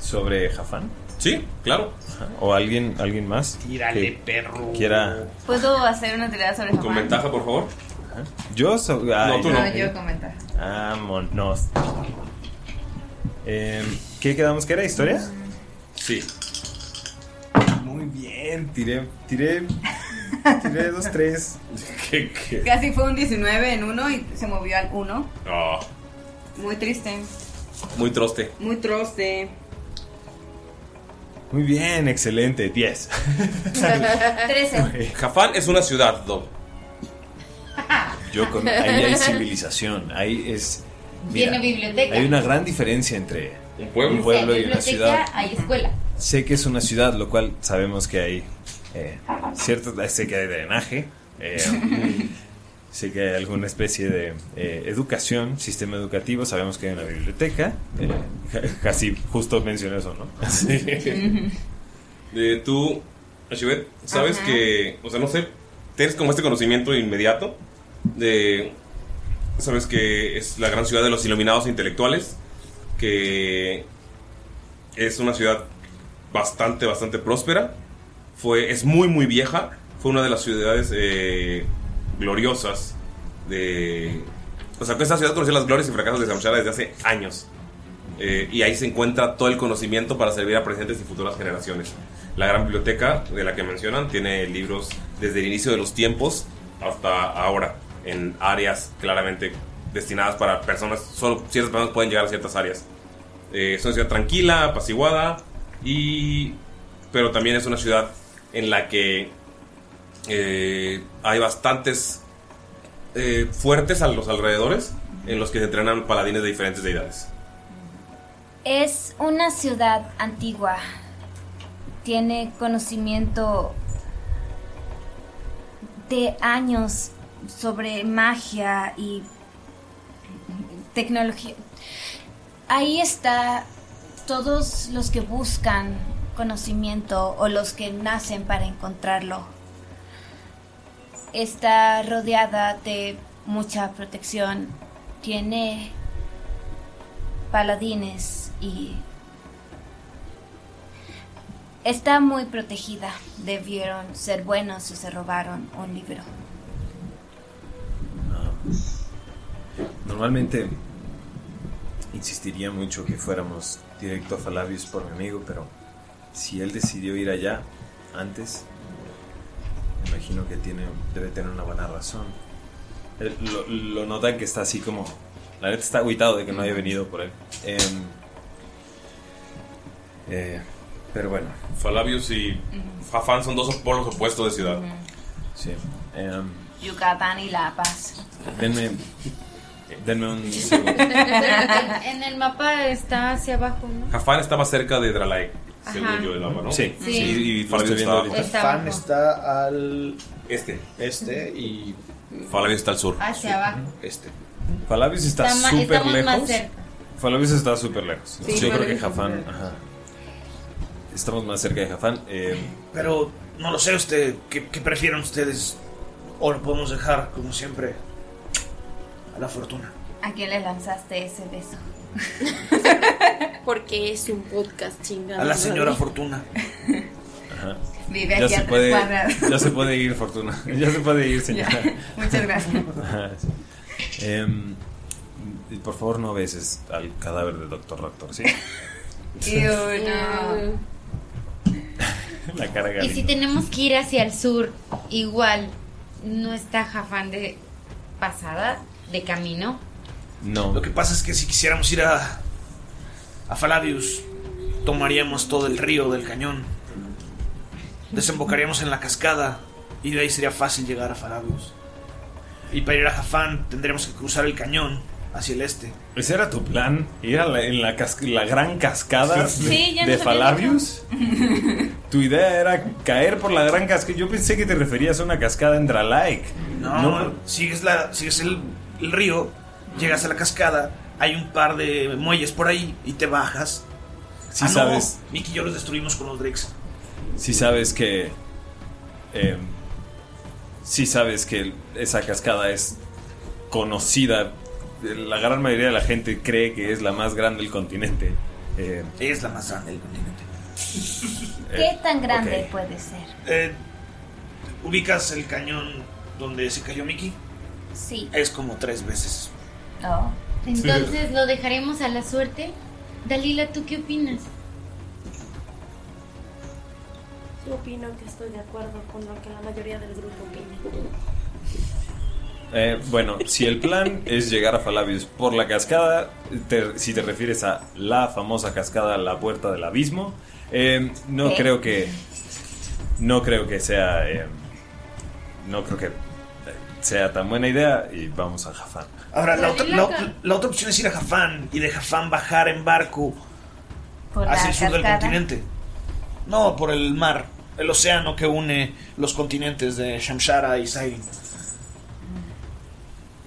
Speaker 5: sobre Jafán?
Speaker 1: Sí, claro.
Speaker 5: ¿O alguien, alguien más?
Speaker 8: Tírale,
Speaker 5: que Quiera.
Speaker 8: ¿Puedo hacer una tirada sobre Japón?
Speaker 1: por favor.
Speaker 5: Yo so- ay,
Speaker 8: no, yo comentar.
Speaker 5: Vámonos. Em, ¿Qué quedamos que era? ¿Historia?
Speaker 1: Sí.
Speaker 5: Muy bien, tiré, tiré, tiré dos, tres.
Speaker 1: ¿Qué, qué?
Speaker 8: Casi fue un 19 en uno y se movió al 1.
Speaker 1: Ah,
Speaker 8: Muy triste.
Speaker 1: muy troste.
Speaker 8: Muy troste.
Speaker 5: Muy bien, excelente, 10.
Speaker 8: 13.
Speaker 1: Jafán es una ciudad, Dob.
Speaker 5: Yo con, ahí hay civilización, ahí es... mira,
Speaker 4: Tiene biblioteca.
Speaker 5: hay una gran diferencia entre un
Speaker 1: pueblo,
Speaker 5: y una ciudad.
Speaker 4: Hay escuela.
Speaker 5: Sé que es una ciudad, lo cual sabemos que hay eh, cierto, sé que hay drenaje, eh, sé que hay alguna especie de eh, educación, sistema educativo, sabemos que hay una biblioteca, eh, casi justo mencioné eso, ¿no?
Speaker 1: Eh, tú, Ashibet, sabes
Speaker 7: Ajá.
Speaker 1: que, o sea, no sé, tienes como este conocimiento inmediato de, sabes que es la gran ciudad de los iluminados e intelectuales, que es una ciudad bastante, bastante próspera, fue, es muy, muy vieja, fue una de las ciudades eh, gloriosas de... O sea, que esta ciudad conoció las glorias y fracasos de Samshara desde hace años. Eh, y ahí se encuentra todo el conocimiento para servir a presentes y futuras generaciones. La gran biblioteca de la que mencionan tiene libros desde el inicio de los tiempos hasta ahora, en áreas claramente destinadas para personas, solo ciertas personas pueden llegar a ciertas áreas. Eh, es una ciudad tranquila, apaciguada, y, pero también es una ciudad en la que eh, hay bastantes eh, fuertes a los alrededores en los que se entrenan paladines de diferentes deidades.
Speaker 10: Es una ciudad antigua. Tiene conocimiento de años sobre magia y tecnología. Ahí está todos los que buscan conocimiento o los que nacen para encontrarlo. Está rodeada de mucha protección. Tiene paladines y está muy protegida. Debieron ser buenos si se robaron un libro.
Speaker 5: Normalmente insistiría mucho que fuéramos directo a Falabius por mi amigo, pero si él decidió ir allá antes, me imagino que tiene, debe tener una buena razón. Él- Lo, lo notan que está así como... La neta está agüitado de que no haya venido por él. Em, eh, pero bueno.
Speaker 1: Falabius y Fafán son dos polos opuestos de ciudad.
Speaker 5: Sí. em,
Speaker 7: Yucatán y La Paz.
Speaker 5: denme, denme un segundo.
Speaker 4: en el mapa está hacia abajo, ¿no?
Speaker 1: Jafán está más cerca de Dralaek,
Speaker 4: Ajá.
Speaker 1: según yo, el mapa, ¿no?
Speaker 5: Sí.
Speaker 4: Sí.
Speaker 1: Y, y
Speaker 5: Lo
Speaker 1: Falabius
Speaker 5: estoy viendo
Speaker 1: Este está,
Speaker 5: ahorita.
Speaker 4: Está
Speaker 13: Fan
Speaker 4: abajo.
Speaker 13: está al
Speaker 1: este.
Speaker 13: Este y
Speaker 1: Falabius está al sur.
Speaker 4: Hacia abajo.
Speaker 13: este.
Speaker 5: Falabius Pues está
Speaker 4: Está ma-
Speaker 5: súper
Speaker 4: estamos más
Speaker 5: lejos.
Speaker 4: cerca.
Speaker 5: Falabius está súper lejos.
Speaker 4: Sí,
Speaker 5: Yo creo que
Speaker 4: Falabius
Speaker 5: Jafán. Ajá. Estamos más cerca de Jafán. eh,
Speaker 9: Pero no lo sé, usted, ¿qué, qué prefieren ustedes? ¿O lo podemos dejar, como siempre, a la fortuna?
Speaker 7: ¿A quién le lanzaste ese beso?
Speaker 6: Porque es un podcast chingado.
Speaker 9: A la señora
Speaker 6: ¿vale?
Speaker 9: fortuna.
Speaker 5: ajá.
Speaker 6: Vive
Speaker 5: Ya
Speaker 6: aquí
Speaker 5: se,
Speaker 6: a tres
Speaker 5: puede,
Speaker 6: cuadras.
Speaker 5: ya se puede ir, Fortuna. Ya se puede ir, señora.
Speaker 7: Muchas gracias.
Speaker 5: Ajá, sí. Em, y por favor, no beses al cadáver del Doctor Raptor, ¿sí?
Speaker 7: Ew, no.
Speaker 5: La cara
Speaker 4: Y si
Speaker 5: galindo.
Speaker 4: tenemos que ir hacia el sur, igual no está Jafán de pasada, de camino.
Speaker 5: No.
Speaker 9: Lo que pasa es que si quisiéramos ir a. a Falabius, tomaríamos todo el río del cañón. Desembocaríamos en la cascada y de ahí sería fácil llegar a Falabius. Y para ir a Jafán tendríamos que cruzar el cañón hacia el este.
Speaker 5: ¿Ese era tu plan? ¿Ir a la, en la, cas- la gran cascada
Speaker 9: Sí, ya
Speaker 5: de
Speaker 9: nos habían
Speaker 5: Falabius? Tu idea era caer por la gran cascada. Yo pensé que te referías a una cascada en Dralaek.
Speaker 9: No, sigues, la, sigues el, el río, llegas a la cascada, hay un par de muelles por ahí y te bajas.
Speaker 5: Sí
Speaker 9: Ah, no,
Speaker 5: sabes.
Speaker 9: Mickey y yo los destruimos con los Drakes.
Speaker 5: Si sabes que. Eh, si sabes que esa cascada es conocida. La gran mayoría de la gente cree que es la más grande del continente.
Speaker 9: es la más grande del continente.
Speaker 10: ¿Qué tan grande puede ser?
Speaker 9: Eh, ¿Ubicas el cañón donde se cayó Mickey?
Speaker 10: Sí.
Speaker 5: Eh.
Speaker 9: Es como tres veces.
Speaker 4: Entonces lo dejaremos a la suerte. Dalila, ¿tú qué opinas?
Speaker 6: Yo opino que estoy de acuerdo con lo que la mayoría del grupo opina.
Speaker 5: Eh, bueno, si el plan es llegar a Falabius por la cascada, te- si te refieres a la famosa cascada, la puerta del abismo, eh, no
Speaker 9: ¿Qué?
Speaker 5: creo que. No creo que sea. eh, no creo que eh, sea tan buena idea y vamos a Jafán.
Speaker 9: Ahora, la otra, la,
Speaker 7: Dalila acá.
Speaker 9: la otra opción es ir a Jafán y de Jafán bajar en barco
Speaker 7: Por
Speaker 9: hacia
Speaker 7: la
Speaker 9: el sur del
Speaker 7: cascada.
Speaker 9: continente. No, por el mar, el océano que une los continentes de Shamshara y Sain.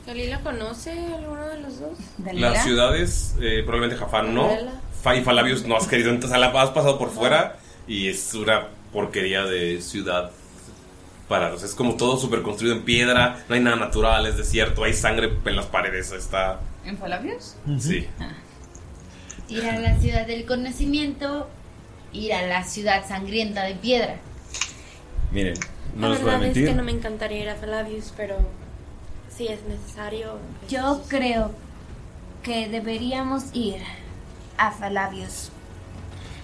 Speaker 6: ¿Dalila conoce alguno de los dos?
Speaker 1: Las ciudades, eh, probablemente Jafán no.
Speaker 6: Adela.
Speaker 1: Fa y Falabius no has querido, entonces la has pasado por fuera y es una porquería de ciudad para o sea, es como todo súper construido en piedra, no hay nada natural, es desierto, hay sangre en las paredes, está
Speaker 8: ¿En Falabios?
Speaker 1: sí.
Speaker 4: Ah. Ir a la ciudad del conocimiento, ir a la ciudad sangrienta de piedra.
Speaker 5: Miren,
Speaker 6: La
Speaker 5: no les voy a
Speaker 6: verdad es que
Speaker 5: mentir.
Speaker 6: no me encantaría ir a Falabius, pero si es necesario. pues,
Speaker 10: Yo creo que deberíamos ir a Falabios.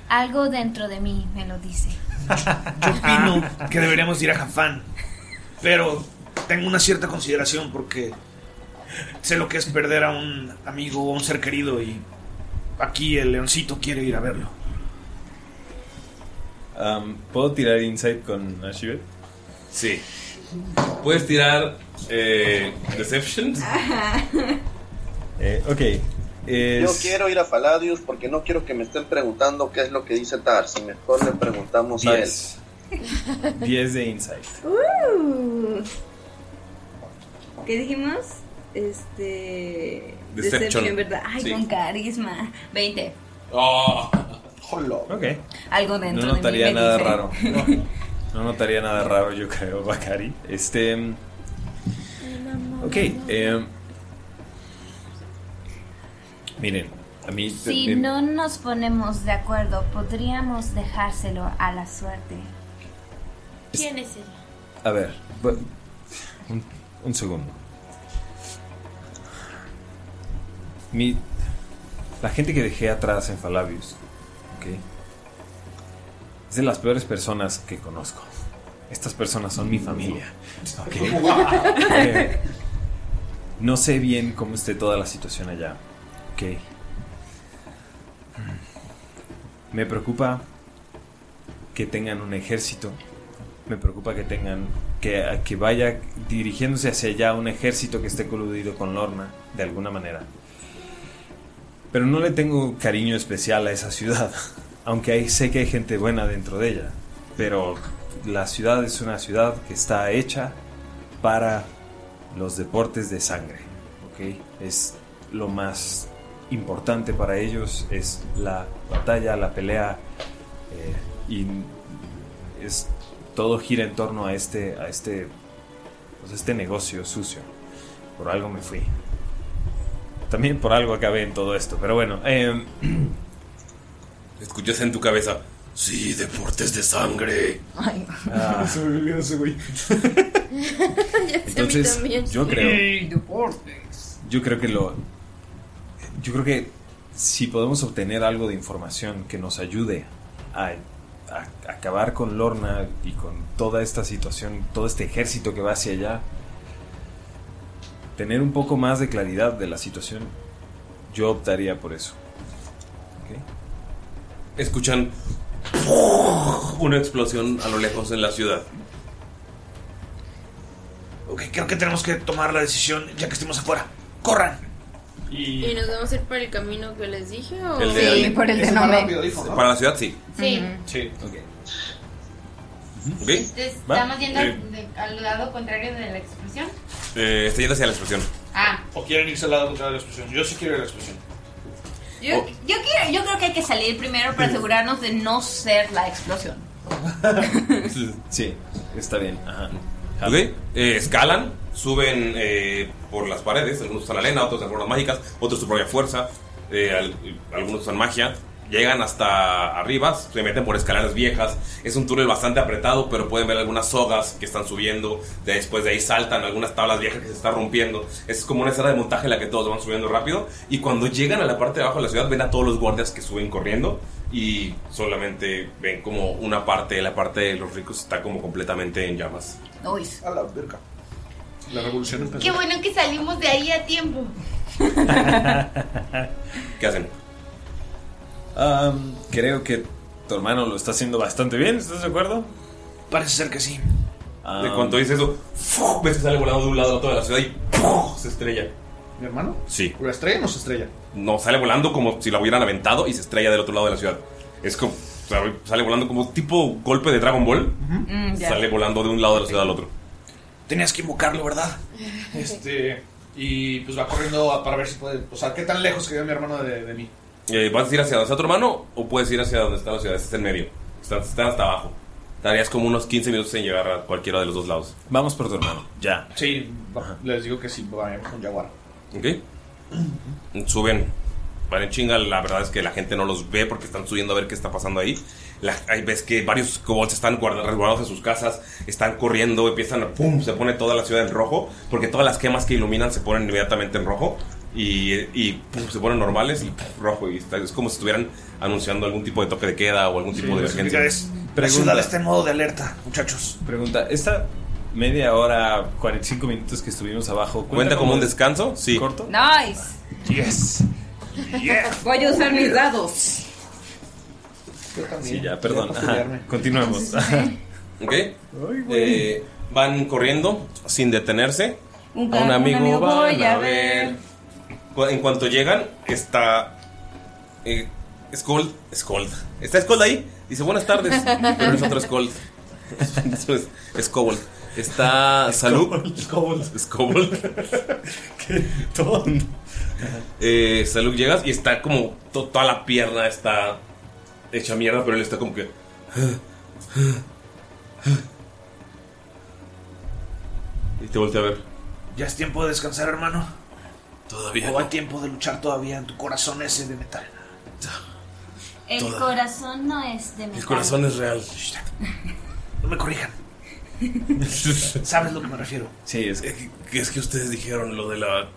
Speaker 10: Algo dentro de mí me lo dice.
Speaker 9: opino que deberíamos ir a Jafán. Pero tengo una cierta consideración porque sé lo que es perder a un amigo o a un ser querido y aquí el leoncito quiere ir a verlo.
Speaker 5: Um, ¿Puedo tirar insight con Ashibet?
Speaker 1: Sí. Puedes tirar eh, Deception.
Speaker 5: Eh, ok. Es-
Speaker 2: Yo quiero ir a Faladius porque no quiero que me estén preguntando qué es lo que dice Tarsi. Mejor le preguntamos
Speaker 5: Diez.
Speaker 2: a él.
Speaker 5: 10 de insight.
Speaker 7: Uh. ¿Qué dijimos? Este.
Speaker 5: Deception.
Speaker 7: ¿verdad? Ay,
Speaker 5: Sí.
Speaker 7: con carisma. 20.
Speaker 1: Oh.
Speaker 5: Ok.
Speaker 7: Algo dentro
Speaker 5: No
Speaker 7: de mí.
Speaker 5: notaría
Speaker 7: me
Speaker 5: nada
Speaker 7: dice.
Speaker 5: raro. No notaría nada raro, yo creo, Bakari. Este. Ok. em, miren, a mí.
Speaker 10: Si
Speaker 5: em,
Speaker 10: no nos ponemos de acuerdo, podríamos dejárselo a la suerte.
Speaker 6: ¿Quién es él?
Speaker 5: A ver, bu- un, un segundo. Mi, la gente que dejé atrás en Falabius, ¿ok? Es de las peores personas que conozco. Estas personas son mi familia. ¿ok? Eh, no sé bien cómo esté toda la situación allá. ¿ok? Mm. Me preocupa que tengan un ejército. Me preocupa que tengan que, que vaya dirigiéndose hacia allá un ejército que esté coludido con Lorna de alguna manera. Pero no le tengo cariño especial a esa ciudad, aunque hay- sé que hay gente buena dentro de ella. Pero la ciudad es una ciudad que está hecha para los deportes de sangre. ¿ok? Es lo más importante para ellos, es la batalla, la pelea, eh, y es, todo gira en torno a este, a este, pues, este negocio sucio. Por algo me fui. También por algo acabé en todo esto, pero bueno. em,
Speaker 1: Escuchas en tu cabeza. Sí, deportes de sangre.
Speaker 8: Ay.
Speaker 5: Ah.
Speaker 3: Se me olvidó ese güey.
Speaker 5: Entonces, yo creo- Yo creo que lo. Yo creo que si podemos obtener algo de información que nos ayude a, a acabar con Lorna y con toda esta situación, todo este ejército que va hacia allá, tener un poco más de claridad de la situación, yo optaría por eso.
Speaker 1: Escuchan una explosión a lo lejos en la ciudad.
Speaker 9: Ok, creo que tenemos que tomar la decisión ya que estemos afuera. ¡Corran!
Speaker 6: ¿Y nos vamos a ir por el camino que les dije? O...
Speaker 1: El de- Sí, por el de Ese más Nome. rápido,
Speaker 9: dijo,
Speaker 1: Para la ciudad, sí.
Speaker 4: Sí.
Speaker 1: Sí. Ok. Ok.
Speaker 4: Entonces,
Speaker 1: ¿Va?
Speaker 4: ¿estamos yendo
Speaker 1: Eh,
Speaker 4: de- al lado contrario de la explosión?
Speaker 1: eh, está yendo hacia la explosión.
Speaker 4: Ah,
Speaker 3: ¿O quieren irse al lado contrario de la explosión? Yo sí quiero ir a la explosión.
Speaker 7: Yo, yo quiero, yo creo que hay que salir primero para asegurarnos de no ser la explosión.
Speaker 5: Sí, está bien. Ajá.
Speaker 1: Ok, eh, escalan, suben eh, por las paredes, algunos usan la arena, otros usan formas mágicas, otros su propia fuerza, eh, al- algunos usan magia, llegan hasta arriba, se meten por escaleras viejas, es un túnel bastante apretado, pero pueden ver algunas sogas que están subiendo, de- después de ahí saltan algunas tablas viejas que se están rompiendo, es como una escena de montaje en la que todos van subiendo rápido, y cuando llegan a la parte de abajo de la ciudad ven a todos los guardias que suben corriendo. Y solamente ven como una parte, la parte de los ricos está como completamente en llamas.
Speaker 3: A la verga.
Speaker 1: La revolución
Speaker 4: qué bueno que salimos de ahí a tiempo.
Speaker 1: ¿Qué hacen?
Speaker 5: Am, creo que tu hermano lo está haciendo bastante bien, ¿estás de acuerdo?
Speaker 9: Parece ser que sí.
Speaker 1: De cuanto dice eso, ¡fu! ves que sale volando de un lado a otro de la ciudad y ¡fu! se estrella.
Speaker 3: ¿Mi hermano?
Speaker 1: Sí.
Speaker 3: ¿La estrella o no se estrella?
Speaker 1: No, sale volando como si la hubieran aventado y se estrella del otro lado de la ciudad. Es como, sale- sale volando como tipo golpe de Dragon Ball.
Speaker 8: Mm, ya.
Speaker 1: Sale volando de un lado de la ciudad al otro.
Speaker 9: Tenías que invocarlo, ¿verdad?
Speaker 3: Este. Y pues va corriendo a- para ver si puede. O sea, ¿qué tan lejos quedó mi hermano de, de mí?
Speaker 1: Eh, ¿Vas a ir hacia donde está tu hermano o puedes ir hacia donde está la ciudad? Este es el medio. Están, están hasta abajo. Darías como unos 15 minutos en llegar a cualquiera de los dos lados. Vamos por tu hermano, ya.
Speaker 13: Sí, va- les digo que sí, vayamos con Jaguar.
Speaker 1: ¿Ok? Suben. Van en chinga. La verdad es que la gente no los ve porque están subiendo a ver qué está pasando ahí. La- ahí ves que varios kobolds están guarda- resguardados en sus casas, están corriendo, empiezan a pum, se pone toda la ciudad en rojo, porque todas las quemas que iluminan se ponen inmediatamente en rojo y, y, pum, se ponen normales y pum, rojo. Y está- es como si estuvieran anunciando algún tipo de toque de queda o algún tipo de
Speaker 5: pues,
Speaker 1: emergencia.
Speaker 3: La ciudad está en modo de alerta, muchachos.
Speaker 5: Pregunta, esta media hora, 45 minutos que estuvimos abajo, ¿cuenta,
Speaker 1: ¿Cuenta como un
Speaker 5: descanso? Sí. ¿Corto?
Speaker 8: Nice.
Speaker 5: Yes.
Speaker 8: Voy a usar mis dados.
Speaker 1: Sí, ya, perdón.
Speaker 5: Ya, para
Speaker 1: Ajá,
Speaker 5: pelearme.
Speaker 1: Continuemos. ok. Eh, van corriendo sin detenerse.
Speaker 7: Un
Speaker 1: a un
Speaker 7: ca-
Speaker 1: amigo, van
Speaker 7: voy
Speaker 1: a ver. Cu- En cuanto llegan, está. Eh, Scold. Scold. ¿Está Scold ahí? Dice buenas tardes. Pero es otro Scold. Es- es- es Cobold. Está Salud. Scobold.
Speaker 5: Qué tonto.
Speaker 1: Eh, Saluk llegas y está como to- toda la pierna está hecha mierda, pero él está como que. Y te voltea a ver.
Speaker 3: Ya es tiempo de descansar, hermano.
Speaker 1: Todavía.
Speaker 3: O hay tiempo de luchar todavía en tu corazón ese de metal.
Speaker 10: El
Speaker 3: Toda.
Speaker 10: corazón no es de metal.
Speaker 1: es real.
Speaker 3: No me corrijan. ¿Sabes a lo que me refiero?
Speaker 1: Sí, es que, es que ustedes dijeron lo de la